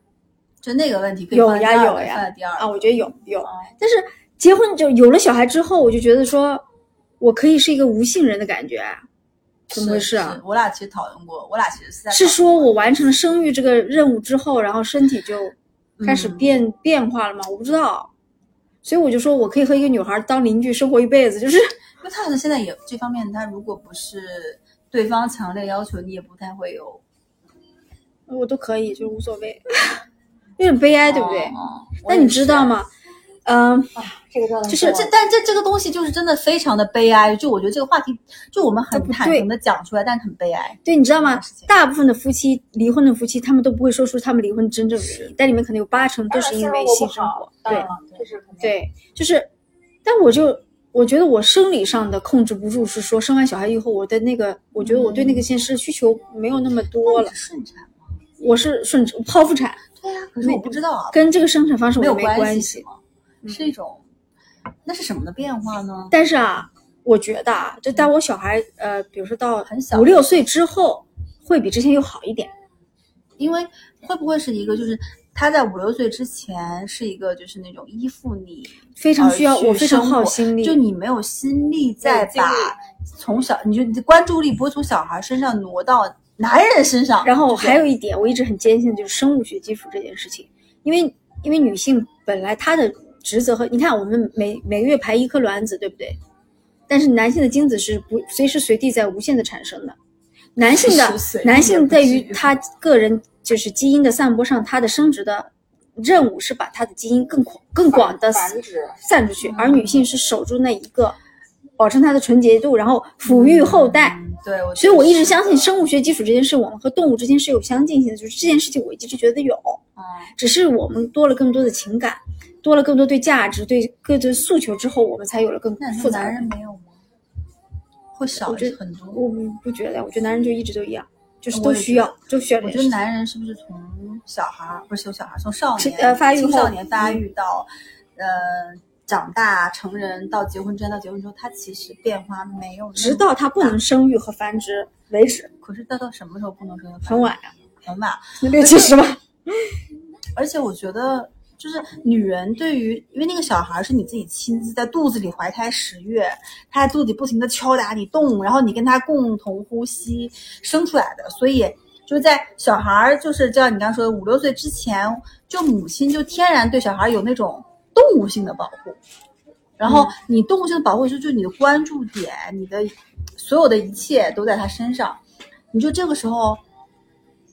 就那个问题可以有放在呀第二有个呀放在第二啊，个。我觉得有有，啊，但是结婚就有了小孩之后，我就觉得说，我可以是一个无性人的感觉，啊怎么回事啊是？我俩其实讨论过，我俩其实是在是讨论说我完成了生育这个任务之后，然后身体就开始嗯变、变化了吗？我不知道，所以我就说我可以和一个女孩当邻居生活一辈子，就是 因为他好像现在也这方面，他如果不是对方强烈要求，你也不太会有，我都可以，就无所谓，有点悲哀，哎对不对？哦但你知道？吗？嗯，这个真的就是我也是这，但这这个东西就是真的非常的悲哀。就我觉得这个话题，就我们很都不对坦诚的讲出来，但很悲哀。对，你知道吗事？情大部分的夫妻离婚的夫妻，他们都不会说出他们离婚的真正原因，但里面可能有八成都是因为性生活。对对，这嗯是肯定。，对，就是，但我就我觉得我生理上的控制不住，是说生完小孩以后，我的那个，我觉得我对嗯那个现实需求没有那么多那了你。是顺产吗？我是顺剖腹产，对呀、可是我不知道啊，跟这个生产方式我没有没关系嗯是。吗？是一种，那是什么的变化呢？但是啊，我觉得啊，就当我小孩呃，比如说到很小五六岁之后，会比之前又好一点。因为会不会是一个就是。他在五六岁之前是一个，就是那种依附你，非常需要呃而去我非常生活耗心力，就你没有心力再把从小，你就你的关注力不会从小孩身上挪到男人身上。然后就是还有一点，我一直很坚信的就是生物学基础这件事情，因为因为女性本来她的职责和你看，我们每每个月排一颗卵子，对不对？但是男性的精子是不随时随地在无限的产生的，男性的 随时随地男性在于也不至于他个人就是基因的散播上，他的生殖的任务是把他的基因更广更广的繁殖。散出去，嗯而女性是守住那一个，保证她的纯洁度，然后抚育后代。嗯对，我所以我一直觉得相是信，生物学基础这件事，我们和动物之间是有相近性的，就是这件事情我一直觉得有，嗯只是我们多了更多的情感，多了更多对价值、对各自诉求之后，我们才有了更那你复说杂男人的。没有吗？会少我觉得很多。我不不觉得，我觉得男人就一直都一样，就是我都也需觉要，都需要这我件事觉得情。男人是不是从小孩儿不是从小孩儿，从少是年呃发育青少后年发育到，呃长大成人到结婚之间到结婚之后，他其实变化没有那么大，直到他不能生育和繁殖为 止，可是到到什么时候不能生？很晚，啊，很晚。六七十 吧。而且我觉得，就是女人对于，因为那个小孩是你自己亲自在肚子里怀胎十月，他在肚子里不停的敲打你动，然后你跟他共同呼吸生出来的，所以就是在小孩儿就是就像你刚说的五六岁之前，就母亲就天然对小孩有那种动物性的保护。然嗯后你动物性的保护就就是你的关注点，你的所有的一切都在他身上，你就这个时候，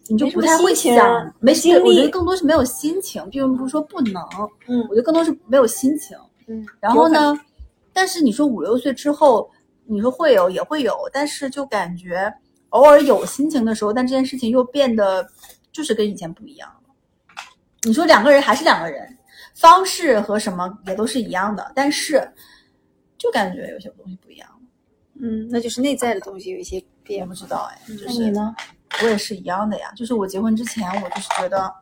你就没什不么太会心情啊想，没没精我觉得力更多是没有心情，并不是说不能，嗯我觉得更多是没有心情。嗯，然后呢，但是你说五六岁之后，你说会有也会有，但是就感觉偶尔有心情的时候，但这件事情又变得就是跟以前不一样了。你说两个人还是两个人，方式和什么也都是一样的，但是就感觉有些东西不一样了。嗯，那就是内在的东西有一些也变不化。知道哎，嗯就那是你呢？我也是一样的呀，就是我结婚之前，我就是觉得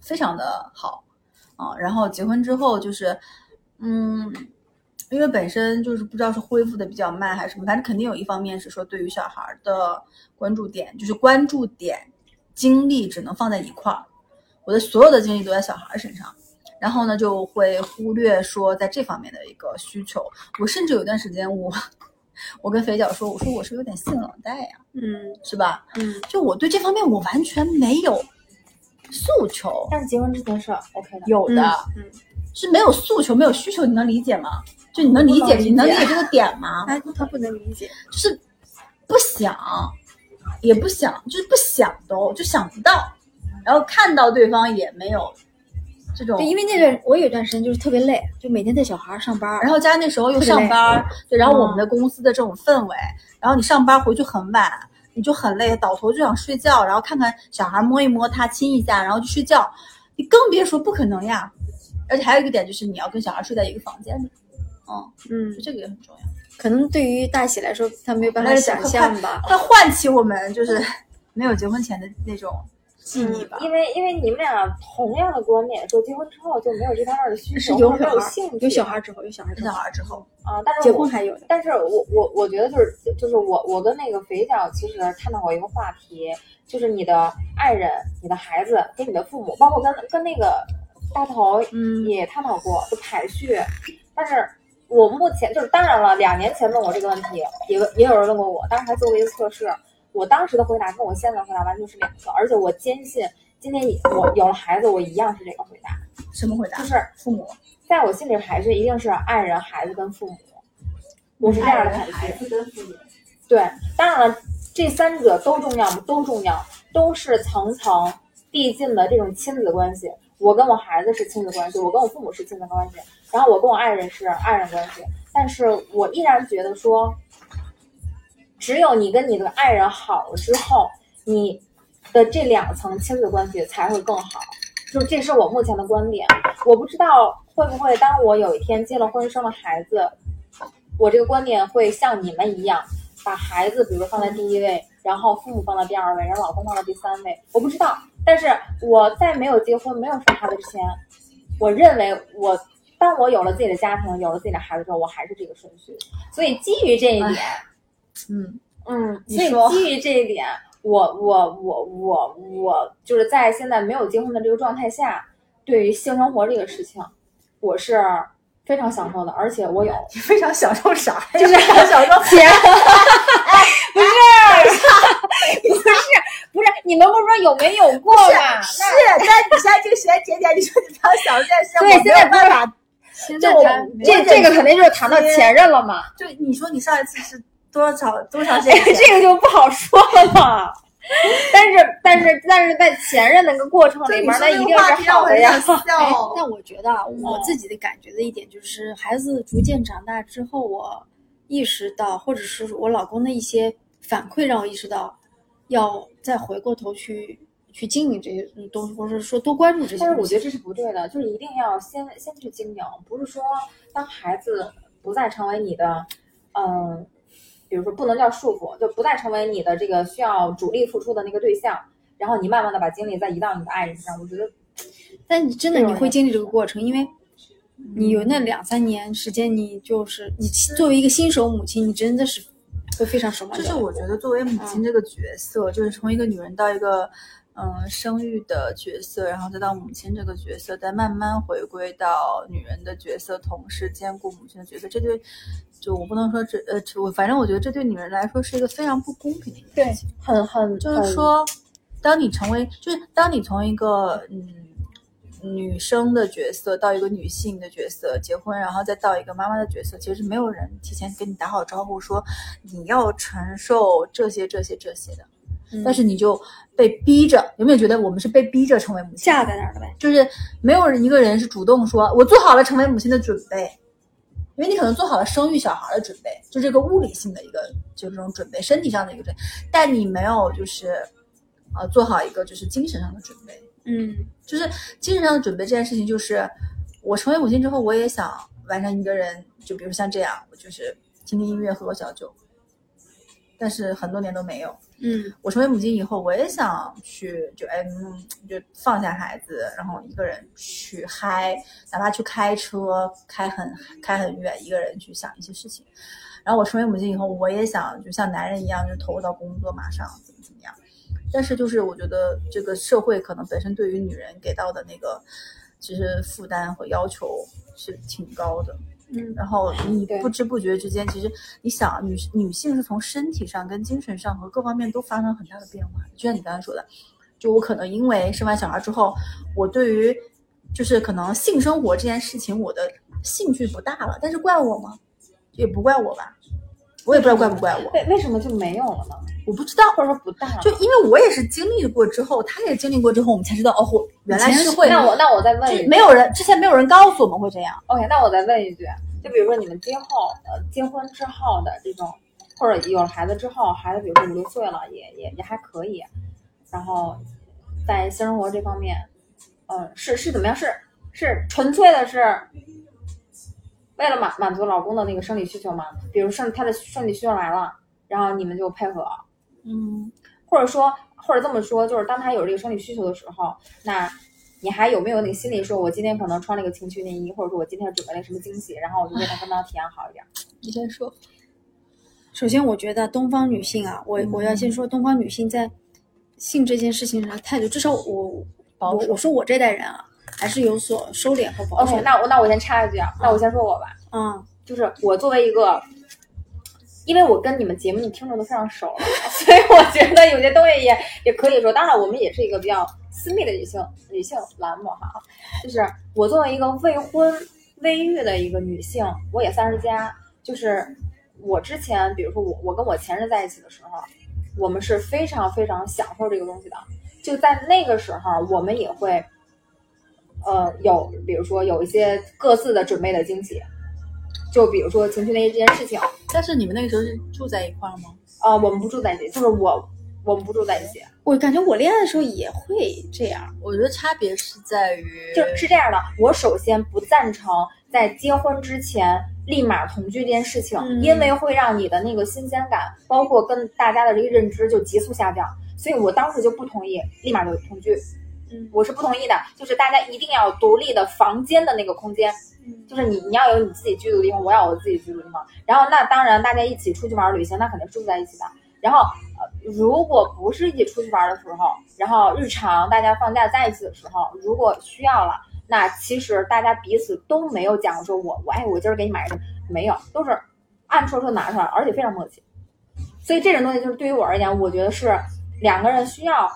非常的好，啊。然后结婚之后就是，嗯，因为本身就是不知道是恢复的比较慢还是什么，反正肯定有一方面是说对于小孩儿的关注点，就是关注点精力只能放在一块儿，我的所有的精力都在小孩儿身上。然后呢，就会忽略说在这方面的一个需求。我甚至有段时间我，我 跟肥脚说，我说我是不是有点性冷淡呀、嗯是吧？嗯，就我对这方面我完全没有诉求，但是结婚之前是 OK 的，有的、嗯嗯是没有诉求，没有需求，你能理解吗？就你能理我解，能理解你能理解这个点 吗？他哎他不能理解，就是不想，也不想，就是不想都就想不到，然后看到对方也没有这种对，，因为那段我有一段时间就是特别累，就每天带小孩儿上班儿，然后加上那时候又特别累上班儿，对，然后我们嗯的公司的这种氛围，然后你上班回去很晚，你就很累，倒头就想睡觉，然后看看小孩摸一摸他，亲一下，然后就睡觉，你更别说不可能呀。而且还有一个点就是你要跟小孩睡在一个房间里，嗯，嗯就，这个也很重要。可能对于大喜来说，他没有办法但是想象吧。它唤起我们就是 没有结婚前的那种记忆吧。因为因为你们俩同样的观点，说结婚之后就没有这方面的需是求，有或者小没孩有儿兴趣，有小孩儿之后，有小孩儿之生小后，孩之后，啊，但是结我婚还有的。但是我我我觉得就是就是我我跟那个肥脚其实探讨过一个话题，就是你的爱人、你的孩子跟你的父母，包括跟跟那个大头嗯也探讨过就排序。但是我目前就是当然了，两年前问我这个问题，也也有人问过我，当时还做过一个测试，我当时的回答跟我现在的回答完全是两个，而且我坚信今天我有了孩子，我一样是这个回答，什么回答就？是父母，在我心里排序一定是爱人、孩子跟父母，我是这样的排序。子跟父母，对，当然了，这三者都重要，都重要，都是层层递进的这种亲子关系。我跟我孩子是亲子关系，我跟我父母是亲子关系，然后我跟我爱人是爱人关系。但是我依然觉得说，只有你跟你的爱人好了之后，你的这两层亲子关系才会更好。就这是我目前的观点，我不知道会不会当我有一天结了婚生了孩子，我这个观点会像你们一样，把孩子比如放在第一位，然后父母放在第二位，然后老公放在第三位，我不知道。但是我在没有结婚、没有生孩子之前，我认为我当我有了自己的家庭、有了自己的孩子之后，我还是这个顺序。所以基于这一点，嗯，嗯，你所以说基于这一点，我我我我我就是在现在没有结婚的这个状态下，对于性生活这个事情，我是非常享受的，而且我有你非常享受啥呀？就是享 受钱。不是，不是，不是，你们不是说有没有过吗？是，但你现在这个时间节点，你说你非常享受这件事，对，我现没有在不办是法。把现这在他没这这个肯定就是谈到前任了 嘛，就你说你上一次是多少多 长时间前？这个就不好说了 嘛。但是但是但是在前任那个过程就里你面，说那这一个定话是题让好我的很呀想。 哎笑，。但我觉得啊，我自己的感觉的一点就是，孩子逐渐长大之后，我意识到，或者是我老公的一些反馈，让我意识到，要再回过头去去经营这些东西，或者是说多关注这些但是东我觉西。得这是不对的，就是一定要先先去经营，不是说当孩子不再成为你的，嗯、比如说不能叫束缚，就不再成为你的这个需要主力付出的那个对象，然后你慢慢的把精力再移到你的爱人上，我觉得但你真的这种你会经历这个过程，因为嗯你有那两三年时间，你就是你作为一个新手母亲，你真的是会非常手忙就脚是乱。我觉得作为母嗯亲这个角色，就是从一个女人到一个嗯、呃生育的角色，然后再到母亲这个角色，再慢慢回归到女人的角色，同时兼顾母亲的角色，这对就我不能说这呃，这我反正我觉得这对女人来说是一个非常不公平的一个事情。很很就是，说，当你成为，就是当你从一个嗯女生的角色到一个女性的角色结婚，然后再到一个妈妈的角色，其实没有人提前跟你打好招呼说你要承受这些这些这些的，嗯但是你就被逼着。有没有觉得我们是被逼着成为母亲？架在那儿了呗。就是没有一个人是主动说我做好了成为母亲的准备，因为你可能做好了生育小孩的准备，就这个物理性的一个就是这种准备，身体上的一个准备，但你没有就是呃做好一个就是精神上的准备，嗯就是精神上的准备这件事情，就是我成为母亲之后，我也想晚上一个人，就比如像这样，我就是听听音乐，喝喝小酒，但是很多年都没有。嗯我成为母亲以后，我也想去，就哎，嗯就放下孩子，然后一个人去嗨，哪怕去开车，开很开很远，一个人去想一些事情。然后我成为母亲以后，我也想就像男人一样，就投入到工作，马上怎么怎么样。但是就是我觉得这个社会可能本身对于女人给到的那个，其实负担和要求是挺高的。嗯然后你对不知不觉之间，其实你想，女女性是从身体上、跟精神上和各方面都发生了很大的变化。就像你刚才说的，就我可能因为生完小孩之后，我对于就是可能性生活这件事情，我的兴趣不大了。但是怪我吗？也不怪我吧，我也不知道怪不怪我，为为什么就没有了呢？我不知道。或者说不大了？就因为我也是经历过之后，他也经历过之后，我们才知道哦，我原来以前是会那我那我再问就一是句，没有人之前没有人告诉我们会这样。 OK，那我再问一句，就比如说你们今后呃结婚之后的这种，或者有了孩子之后，孩子比如说五六岁了，也也也还可以，然后在性生活这方面，嗯、是是怎么样？是是纯粹的是为了满满足老公的那个生理需求吗？比如生他的生理需求来了，然后你们就配合，嗯，或者说，或者这么说，就是当他有这个生理需求的时候，那你还有没有那个心理说，我今天可能穿了一个情趣内衣，或者说我今天准备了什么惊喜，然后我就为他跟他体验好一点。你先说。首先我觉得东方女性啊，我我要嗯先说东方女性在性这件事情上的态度，至少我我保守我说我这代人啊，还是有所收敛和保守 OK，的。那我那我先插一句啊，那我先说我吧，嗯，就是我作为一个。因为我跟你们节目的听众都非常熟了， 所以我觉得有些东西也也可以说。当然，我们也是一个比较私密的女性女性栏目哈，就是我作为一个未婚未育的一个女性，我也三十加，就是我之前，比如说我我跟我前任在一起的时候，我们是非常非常享受这个东西的，就在那个时候，我们也会，呃，有比如说有一些各自的准备的惊喜，就比如说情趣内衣这件事情，但是你们那个时候是住在一块儿吗？啊，我们不住在一起，就是我我们不住在一起，我感觉我恋爱的时候也会这样。我觉得差别是在于，就是是这样的，我首先不赞成在结婚之前立马同居这件事情，嗯因为会让你的那个新鲜感，包括跟大家的这个认知就急速下降，所以我当时就不同意立马就同居，嗯我是不同意的，就是大家一定要有独立的房间的那个空间，嗯就是你你要有你自己居住的地方，我要有我自己居住的地方。然后那当然，大家一起出去玩儿旅行，那肯定是住在一起的。然后呃，如果不是一起出去玩儿的时候，然后日常大家放假在一起的时候，如果需要了，那其实大家彼此都没有讲说我我哎我今儿给你买什么，没有，都是暗戳戳拿出来，而且非常默契。所以这种东西就是对于我而言，我觉得是两个人需要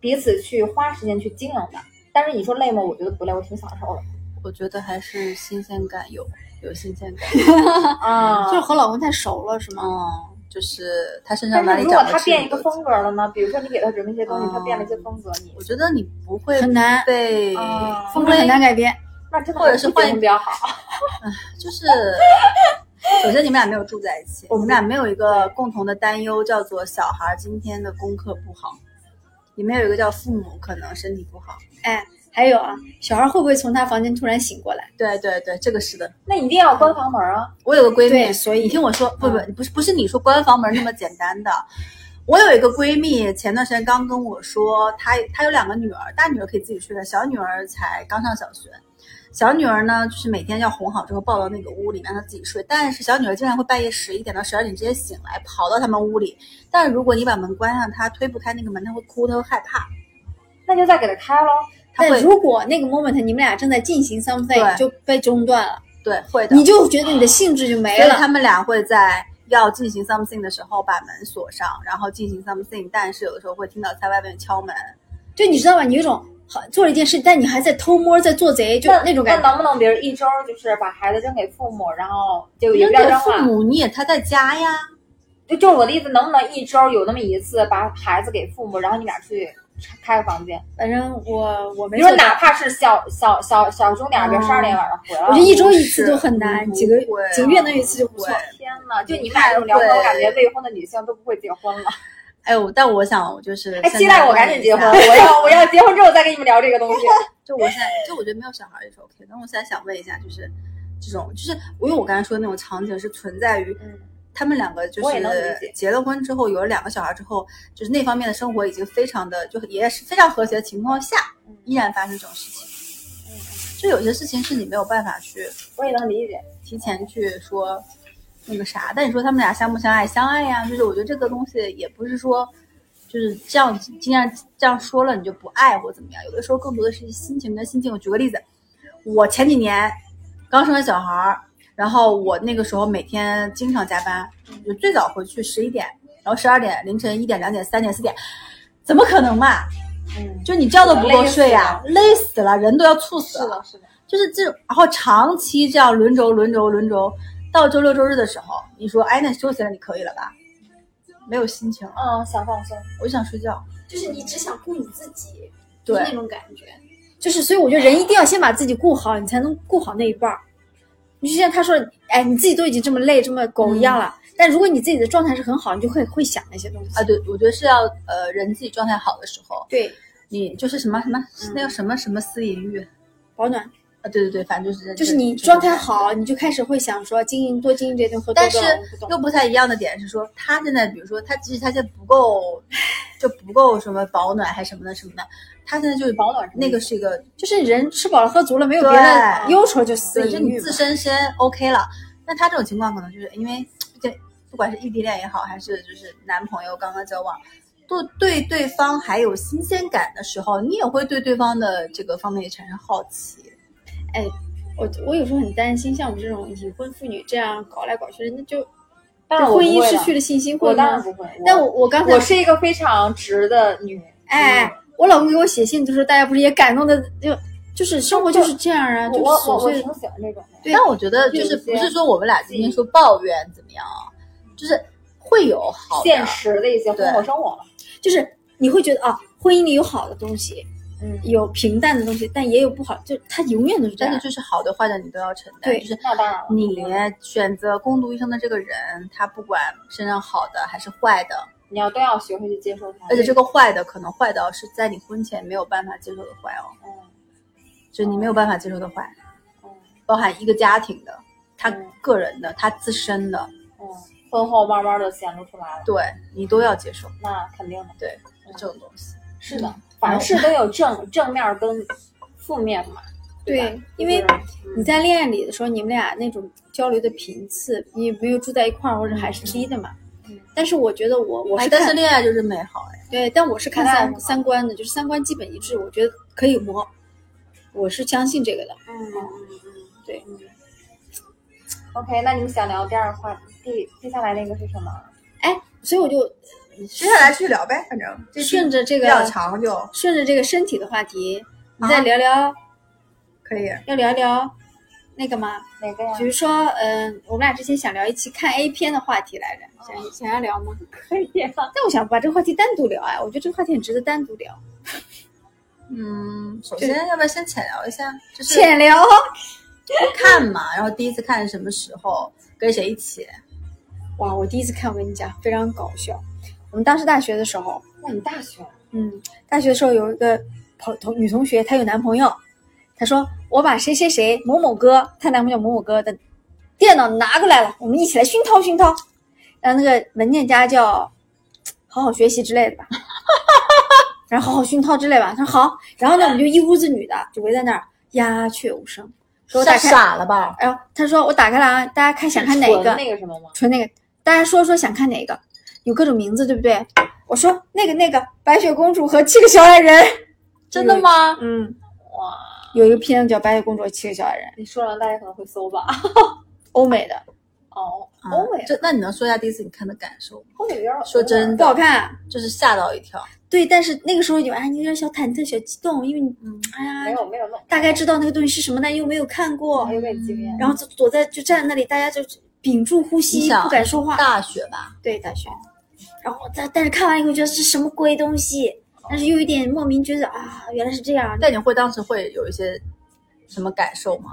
彼此去花时间去经营的。但是你说累吗？我觉得不累，我挺享受的。我觉得还是新鲜感有有新鲜感。啊就是和老公太熟了，是吗？嗯，就是他身但上哪是里如果长的他是变一你个的风格了呢？比如说你给他准备一些东西，他变了一些风格，你我觉得你不会很难被啊风格很难改变。哦那真的或者是还换一结婚比较好。 啊就是，首先你们俩没有住在一起，我们俩没有一个共同的担忧，叫做小孩今天的功课不好，你们有一个叫父母可能身体不好。哎，还有啊，小孩会不会从他房间突然醒过来？对对对，这个是的。那一定要关房门啊！我有个闺蜜，对所以嗯你听我说，不不不是不是你说关房门那么简单的。我有一个闺蜜，前段时间刚跟我说，她她有两个女儿，大女儿可以自己睡觉，小女儿才刚上小学。小女儿呢，就是每天要哄好之后抱到那个屋里，让她自己睡。但是小女儿经常会半夜十一点到十二点直接醒来，跑到他们屋里。但如果你把门关上，她推不开那个门，她会哭，她会害怕。那就再给他开喽。她但会如果那个 moment 你们俩正在进行 something 对就被中断了，对会的，你就觉得你的兴致就没所以了。他们俩会在要进行 something 的时候把门锁上，然后进行 something，但是有的时候会听到在外面敲门。就你知道吧，你有一种好做了一件事，但你还在偷摸在做贼，就那那种感那觉。能不能别人一周就是把孩子扔给父母，然后就也扔不要给扔父了？母，你也他在家呀。就就是我的意思，能不能一周有那么一次把孩子给父母，然后你俩去开个房间？反正我我比没如做说到哪怕是小小小小钟点儿，比如哦十二点晚上回来我觉了得。一周不一次是都很难，不几个会啊几个月能有一次就不错。会天呐，就你们俩这种聊天，对我感觉未婚的女性都不会结婚了。哎，我但我想，我就是哎，现期在待我赶紧结婚，我要我要结婚之后再跟你们聊这个东 西。就我现在，就我觉得没有小孩也是 OK 的。但我现在想问一下，就是这种，就是我因为我刚才说的那种场景是存在于嗯他们两个就我也能理是解结了婚之后，有了两个小孩之后，就是那方面的生活已经非常的，就也是非常和谐的情况下，嗯依然发生这种事情。就有些事情是你没有办法去我也能理解。提前去说那个啥，但你说他们俩相不相爱？相爱呀，就是我觉得这个东西也不是说就是这样，既然这样说了你就不爱或怎么样，有的时候更多的是心情跟心境。我举个例子，我前几年刚生完小孩儿，然后我那个时候每天经常加班，就最早回去十一点，然后十二点、凌晨一点、两点、三点、四点，怎么可能嘛？嗯，就你觉都不够睡呀、累死了，人都要猝死是了。的，是的，就是这，然后长期这样轮轴、轮轴、轮轴，到周六周日的时候，你说，哎，那休息了，你可以了吧？没有心情了，嗯，想放松。我就想睡觉。就是你只想顾你自己，对就是那种感觉。就是，所以我觉得人一定要先把自己顾好，你才能顾好那一半儿。你就像他说，哎，你自己都已经这么累，这么狗一样了，但如果你自己的状态是很好，你就会会想那些东西。啊，对，我觉得是要呃，人自己状态好的时候，对，你就是什么什么那叫什么什么私淫欲保暖啊，对对对，反正就是就是你状态，好，你就开始会想说经营多经营这顿和多但是多又不太一样的点是说，他现在比如说他即使他现在不够，就不够什么保暖还什么的什么的，他现在就是保暖是那个是一个就是人吃饱了喝足了，没有别的对忧愁就私对，就淫你欲嘛自。身先 OK 了。那他这种情况可能就是因为这，不管是异地恋也好，还是就是男朋友刚刚交往，对对对方还有新鲜感的时候，你也会对对方的这个方面也产生好奇。我我有时候很担心，像我们这种已婚妇女这样搞来搞去，人家就当然我不婚会姻了失去，了信心，会我当然吗？不会。但我我刚才我嗯是一个非常直的女人。哎，我老公给我写信，就说大家不是也感动的，就就是生活就是这样啊，哎我就是我我琐我碎挺的。喜欢这种的。对但我觉得就是有些嗯不是说我们俩今天说抱怨怎么样啊，就是会有好的现实的一些对婚后生活了。就是你会觉得啊，婚姻里有好的东西，嗯，有平淡的东西，但也有不好，就它永远都是这但样是。就是好的坏的你都要承担，对就是那当然了。你选择攻读一生的这个人，他不管身上好的还是坏的，你要都要学会去接受它。而且这个坏的可能坏到是在你婚前没有办法接受的坏哦，嗯就是你没有办法接受的坏，嗯包含一个家庭的、他嗯个人的、他自身的，嗯，婚后慢慢的显露出来了，对你都要接受那肯定的。对嗯这种东西。是的，凡事都有正正面跟负面嘛。嗯吧对，因为就是你在恋爱里的时候，你们俩那种交流的频次，你没有住在一块儿，或者还是低的嘛。嗯但是我觉得我我哎是但是看恋爱就是美好哎，对，但我是看那当然三了三观的，就是三观基本一致，我觉得可以磨，我是相信这个的。嗯嗯嗯，对。嗯 OK，那你们想聊第二个话题，第接下来那个是什么？哎，所以我就接下来去聊呗，反正这顺着这比个较长就顺着这个身体的话题，你啊再聊聊，可以。要聊聊那个吗？哪个呀？比如说，嗯、我们俩之前想聊一期看 A 片的话题来着，哦想想要聊吗？可以呀。但我想把这个话题单独聊哎，我觉得这个话题很值得单独聊，嗯，首先要不要先浅聊一下，就是浅聊哦。看嘛，然后第一次看是什么时候，跟谁一起，哇，我第一次看，我跟你讲，非常搞笑。我们当时大学的时候， 那你大学？啊嗯，大学的时候有一个朋同女同学，她有男朋友，她说我把谁谁谁某某哥，她男朋友某某哥的电脑拿过来了，我们一起来熏陶熏陶。然后那个文件夹叫“好好学习”之类的吧， 然后好好熏陶之类吧。她说好，然后呢，我们就一屋子女的就围在那儿鸦雀无声，说我打开，吓傻了吧？然后她说我打开了啊，大家看想看哪纯个？那个什么吗？纯那个，大家说说想看哪个，有各种名字，对不对？我说那个那个白雪公主和七个小矮人， 真的吗？嗯，哇，有一个片子叫《白雪公主和七个小矮人》，你说完大家可能会搜吧。 欧美的，哦，啊欧美这那你能说一下第一次你看的感受吗？后面有点说真不的，好看。啊就是吓到一跳。对，但是那个时候就哎，你有点小忐忑、小激动，因为你，嗯哎呀，没有没有那大概知道那个东西是什么，但又没有看过我，有点经嗯验。然后就躲在就站在那里，大家就屏住呼你吸，想不敢说话。大学吧，对，大学，然后但但是看完以后觉得是什么鬼东西，但是又有点莫名觉得啊，原来是这样。但你会当时会有一些什么感受吗？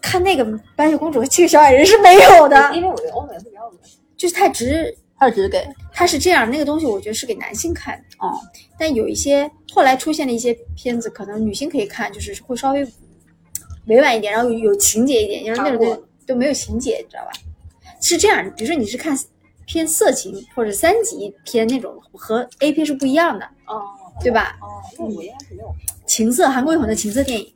看那个白雪公主和七个小矮人是没有的，因为我觉得欧美会比较恶心。就是太直。还是只是给它是这样，那个东西我觉得是给男性看的，哦，但有一些后来出现的一些片子，可能女性可以看，就是会稍微委婉一点，然后有有情节一点，就是那种掌握就就没有情节，你知道吧？是这样，比如说你是看偏色情或者三级片那种，和 A 片是不一样的，哦对吧？哦，那我应该是嗯没有。情色，韩国有很多情色电影，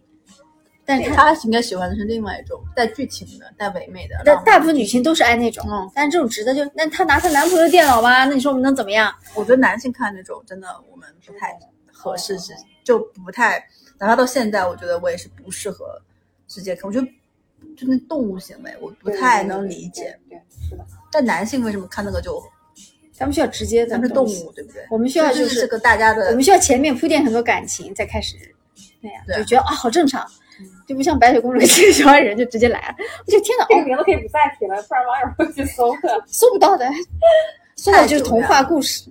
但是它他应该喜欢的是另外一种带剧情的、带唯美的。但浪漫大部分女性都是爱那种，嗯但是这种直的就，那她拿她男朋友的电脑吧，那你说我们能怎么样？我觉得男性看这种真的我们不太合适，是就不太，哪怕到现在，我觉得我也是不适合直接看。我觉得就那动物行为，我不太能理解。对，是的，但男性为什么看那个就咱们需要直接的咱们是动东西，物，对不对？我们需要这就这是个大家的我们需要前面铺垫很多感情，再开始那样，对就觉得啊、好正常，就不像白雪公主跟这个小矮人就直接来了，我就天哪，这个哦，名字可以不再提了，不然网友会去搜嗯的。搜不到的，搜到就是久童远话故事，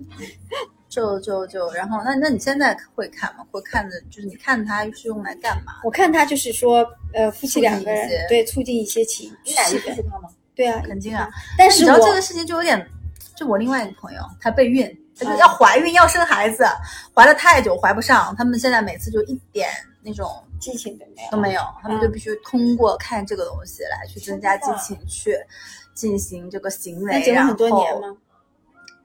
就就就，然后那那你现在会看吗？会看的，就是你看它是用来干嘛？我看他就是说，呃，夫妻两个人促进一些对促进一些情你哪气一次氛，去看吗？对啊，肯定啊，但你是知我道这个事情就有点，就我另外一个朋友，她备孕，她嗯就要怀孕要生孩子，怀了太久怀不上，他们现在每次就一点那种激情的没都没有，他们就嗯必须通过看这个东西来去增加激情，去进行这个行为。那结婚很多年然后吗？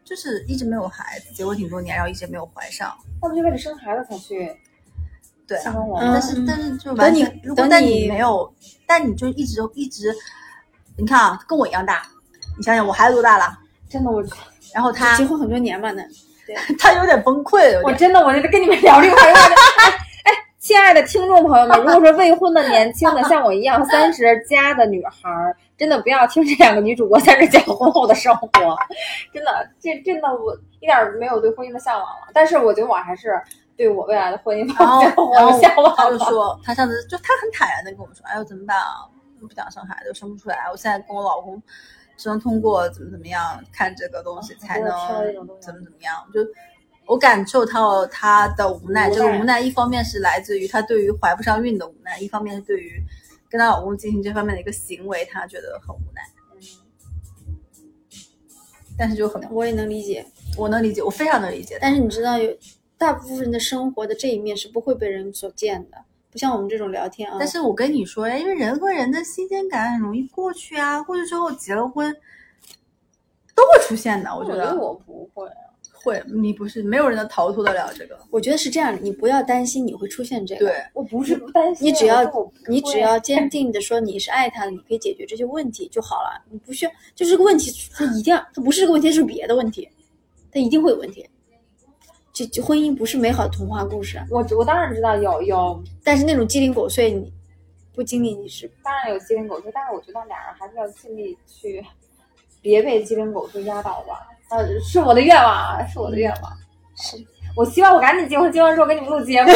就是一直没有孩子，结婚挺多年，然后一直没有怀上。那不就为了生孩子才去对啊新，中文嗯吗？但是但是就完等全你，如果等但你你没有，但你就一直一直，你看啊，跟我一样大，你想想我孩子多大了？真的，我然后他结婚很多年嘛，那 他有点崩溃，有我点真的，我就跟你们聊这个话题。我就哎哎，亲爱的听众朋友们，如果说未婚的年轻的像我一样三十加的女孩儿，真的不要听这两个女主播在这讲婚后的生活，真的，这真的我一点儿没有对婚姻的向往了。但是我觉得我还是对我未来的婚姻 然 后抱有哦然我后他就的向往了。说，他上次就他很坦然的跟我说，哎呦怎么办啊？我不想生孩子，生不出来。我现在跟我老公只能通过怎么怎么样看这个东西才能挑一种东西怎么怎么样。我就我感受到他的无奈，无这个奈无奈一方面是来自于她对于怀不上孕的无奈，一方面是对于跟她老公进行这方面的一个行为，她觉得很无奈。嗯但是就很，我也能理解。我能理解，我非常能理解。但是你知道有大部分的生活的这一面是不会被人所见的，不像我们这种聊天啊。但是我跟你说，哎因为人和人的新鲜感很容易过去啊，过去之后结了婚都会出现的。我我觉觉得得我不会，会，你不是没有人能逃脱得了这个。我觉得是这样的，你不要担心你会出现这个，对，我不是不担心，你只要我说我不会你只要坚定的说你是爱他的，你可以解决这些问题就好了。你不需要，就是这个问题，它一定要，它不是这个问题，是别的问题，它一定会有问题。这这婚姻不是美好的童话故事啊，我我当然知道有有，但是那种鸡零狗碎，你不经历你是当然有鸡零狗碎，但是我觉得俩人还是要尽力去，别被鸡零狗碎压倒吧。啊，是我的愿望，啊，是我的愿望。是。我希望我赶紧结婚，结婚之后给你们录节 目。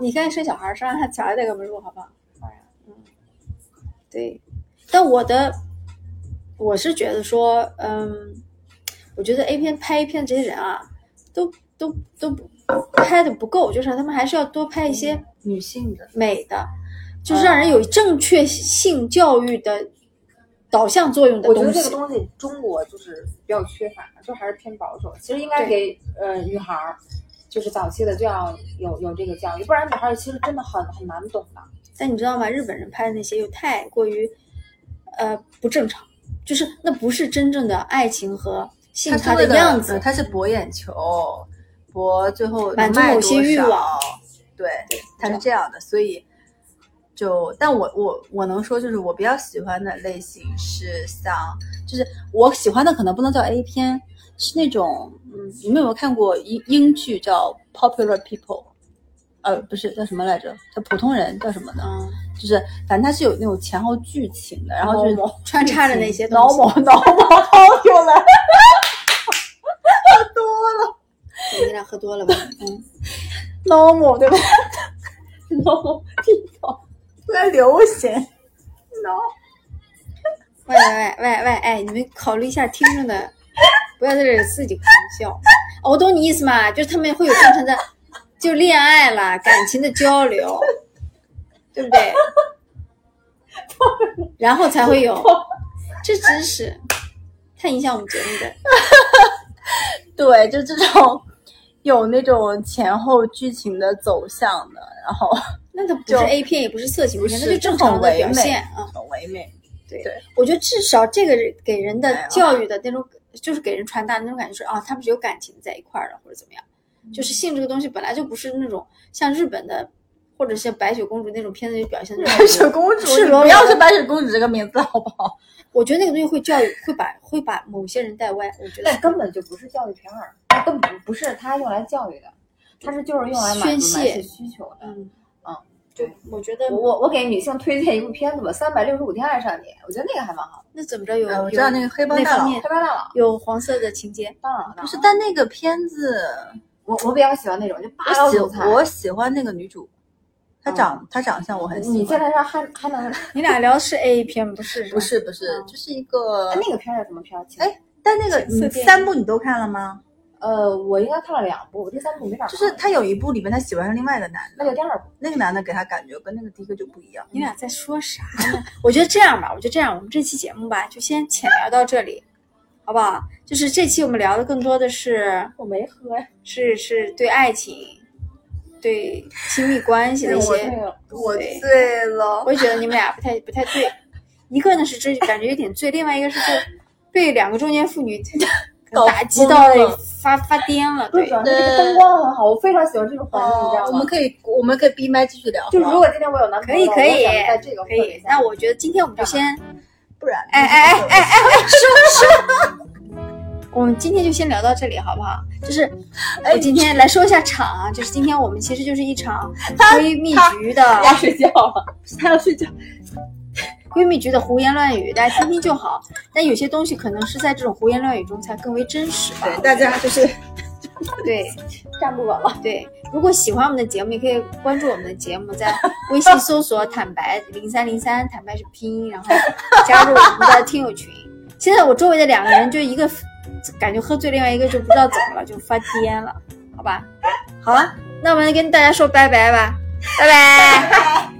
你该生小孩儿，生完小孩再给我们录，好不好？嗯当然对，但我的我是觉得说，嗯，我觉得 A 片拍 A 片这些人啊，都都都不拍的不够，就是他们还是要多拍一些女性的，美的，就是让人有啊正确性教育的导向作用的我觉得东这个西。东西中国就是比较缺乏，就还是偏保守。其实应该给呃女孩儿，就是早期的就要有有这个教育，不然女孩儿其实真的很很难懂的。但你知道吗？日本人拍的那些又太过于呃不正常，就是那不是真正的爱情和性她它是为的了样对呃子。她是博眼球，博最后满足能卖某些多欲少望。对，她是这样的，所以就，但我我我能说，就是我比较喜欢的类型是像，就是我喜欢的可能不能叫 A 片，是那种，嗯，你们有没有看过英英剧叫《Popular People》？呃，不是叫什么来着？叫普通人，叫什么的？嗯，就是反正它是有那种前后剧情的，然后就是某某穿插着那些东脑西某脑某掏出 来，多了你俩喝多了吧？嗯，脑某 对吧？ no 地道特别流行。喂喂喂喂，哎，你们考虑一下听众的，不要在这里自己狂笑。哦我懂你意思嘛，就是他们会有正常的，就恋爱啦，感情的交流，对不对？然后才会有，这真是太影响我们节目的。对，就这种有那种前后剧情的走向的，然后那它不是就 A 片，也不是色情片，那就正很常的唯表美现啊。很唯美。对，对我觉得至少这个给人哎的呀教育的那种，就是给人传达的那种感觉是啊，他们是有感情在一块儿的，或者怎么样。就是性这个东西本来就不是那种像日本的，或者是白雪公主那种片子里表现的那种。白雪公主，赤你裸裸不要是白雪公主这个名字好不好？ 我觉得那个东西会教育，会把会把某些人带歪。我觉得那根本就不是教育片儿，那根本不是他用来教育的，他是就是用来满宣足泄男性需求的。嗯嗯，对，我觉得我我我给女性推荐一部片子吧，《三百六十五天爱上你》，我觉得那个还蛮好的。那怎么着有、哎有我知道那个黑帮大佬方黑面白大佬，有黄色的情节，当然了，不是，当然了但那个片子，我我比较喜欢那种就霸道我喜总裁。哎我喜欢那个女主，她嗯长、她长相我很喜欢。你现在让还还 能哎你俩聊的是 A 片不是？不，是不是，嗯就是一个，那个片儿是什么片儿？其实哎但那个色你变三部你都看了吗？呃，我应该看了两部，我第三部没咋看。就是她有一部里面她喜欢上另外一个男那的，就第二部。那个男的给她感觉跟那个第一个就不一样。你俩在说啥呢？我觉得这样吧，我觉得这样，我们这期节目吧，就先浅聊到这里，好不好？就是这期我们聊的更多的是我没喝呀，是是对爱情、对亲密关系的一我些那，个我对醉了我，也觉得你们俩不太不太对，一个呢是这感觉有点醉，另外一个是就被两个中年妇女 搞打击疯到了发发癫了， 不对是主。要是这个灯光很好，我非常喜欢这种环境，你知道哦我吗们？可以我们可以闭麦继续聊。就如果今天我有男可朋以友的话，可以我想在这个可氛围以，下那我觉得今天我们就先，不然，哎哎哎哎哎哎，说说，我们今天就先聊到这里好不好？就是我今天来说一下场啊，就是今天我们其实就是一场闺蜜局的该睡觉了。他要睡觉。闺蜜局的胡言乱语，大家听听就好。但有些东西可能是在这种胡言乱语中才更为真实吧。对，大家就是对站不稳了。对，如果喜欢我们的节目，也可以关注我们的节目，在微信搜索“坦白零三零三”，坦白是拼音，然后加入我们的听友群。现在我周围的两个人，就一个感觉喝醉，另外一个就不知道怎么了，就发癫了，好吧？好啊，那我们跟大家说拜拜吧，拜拜。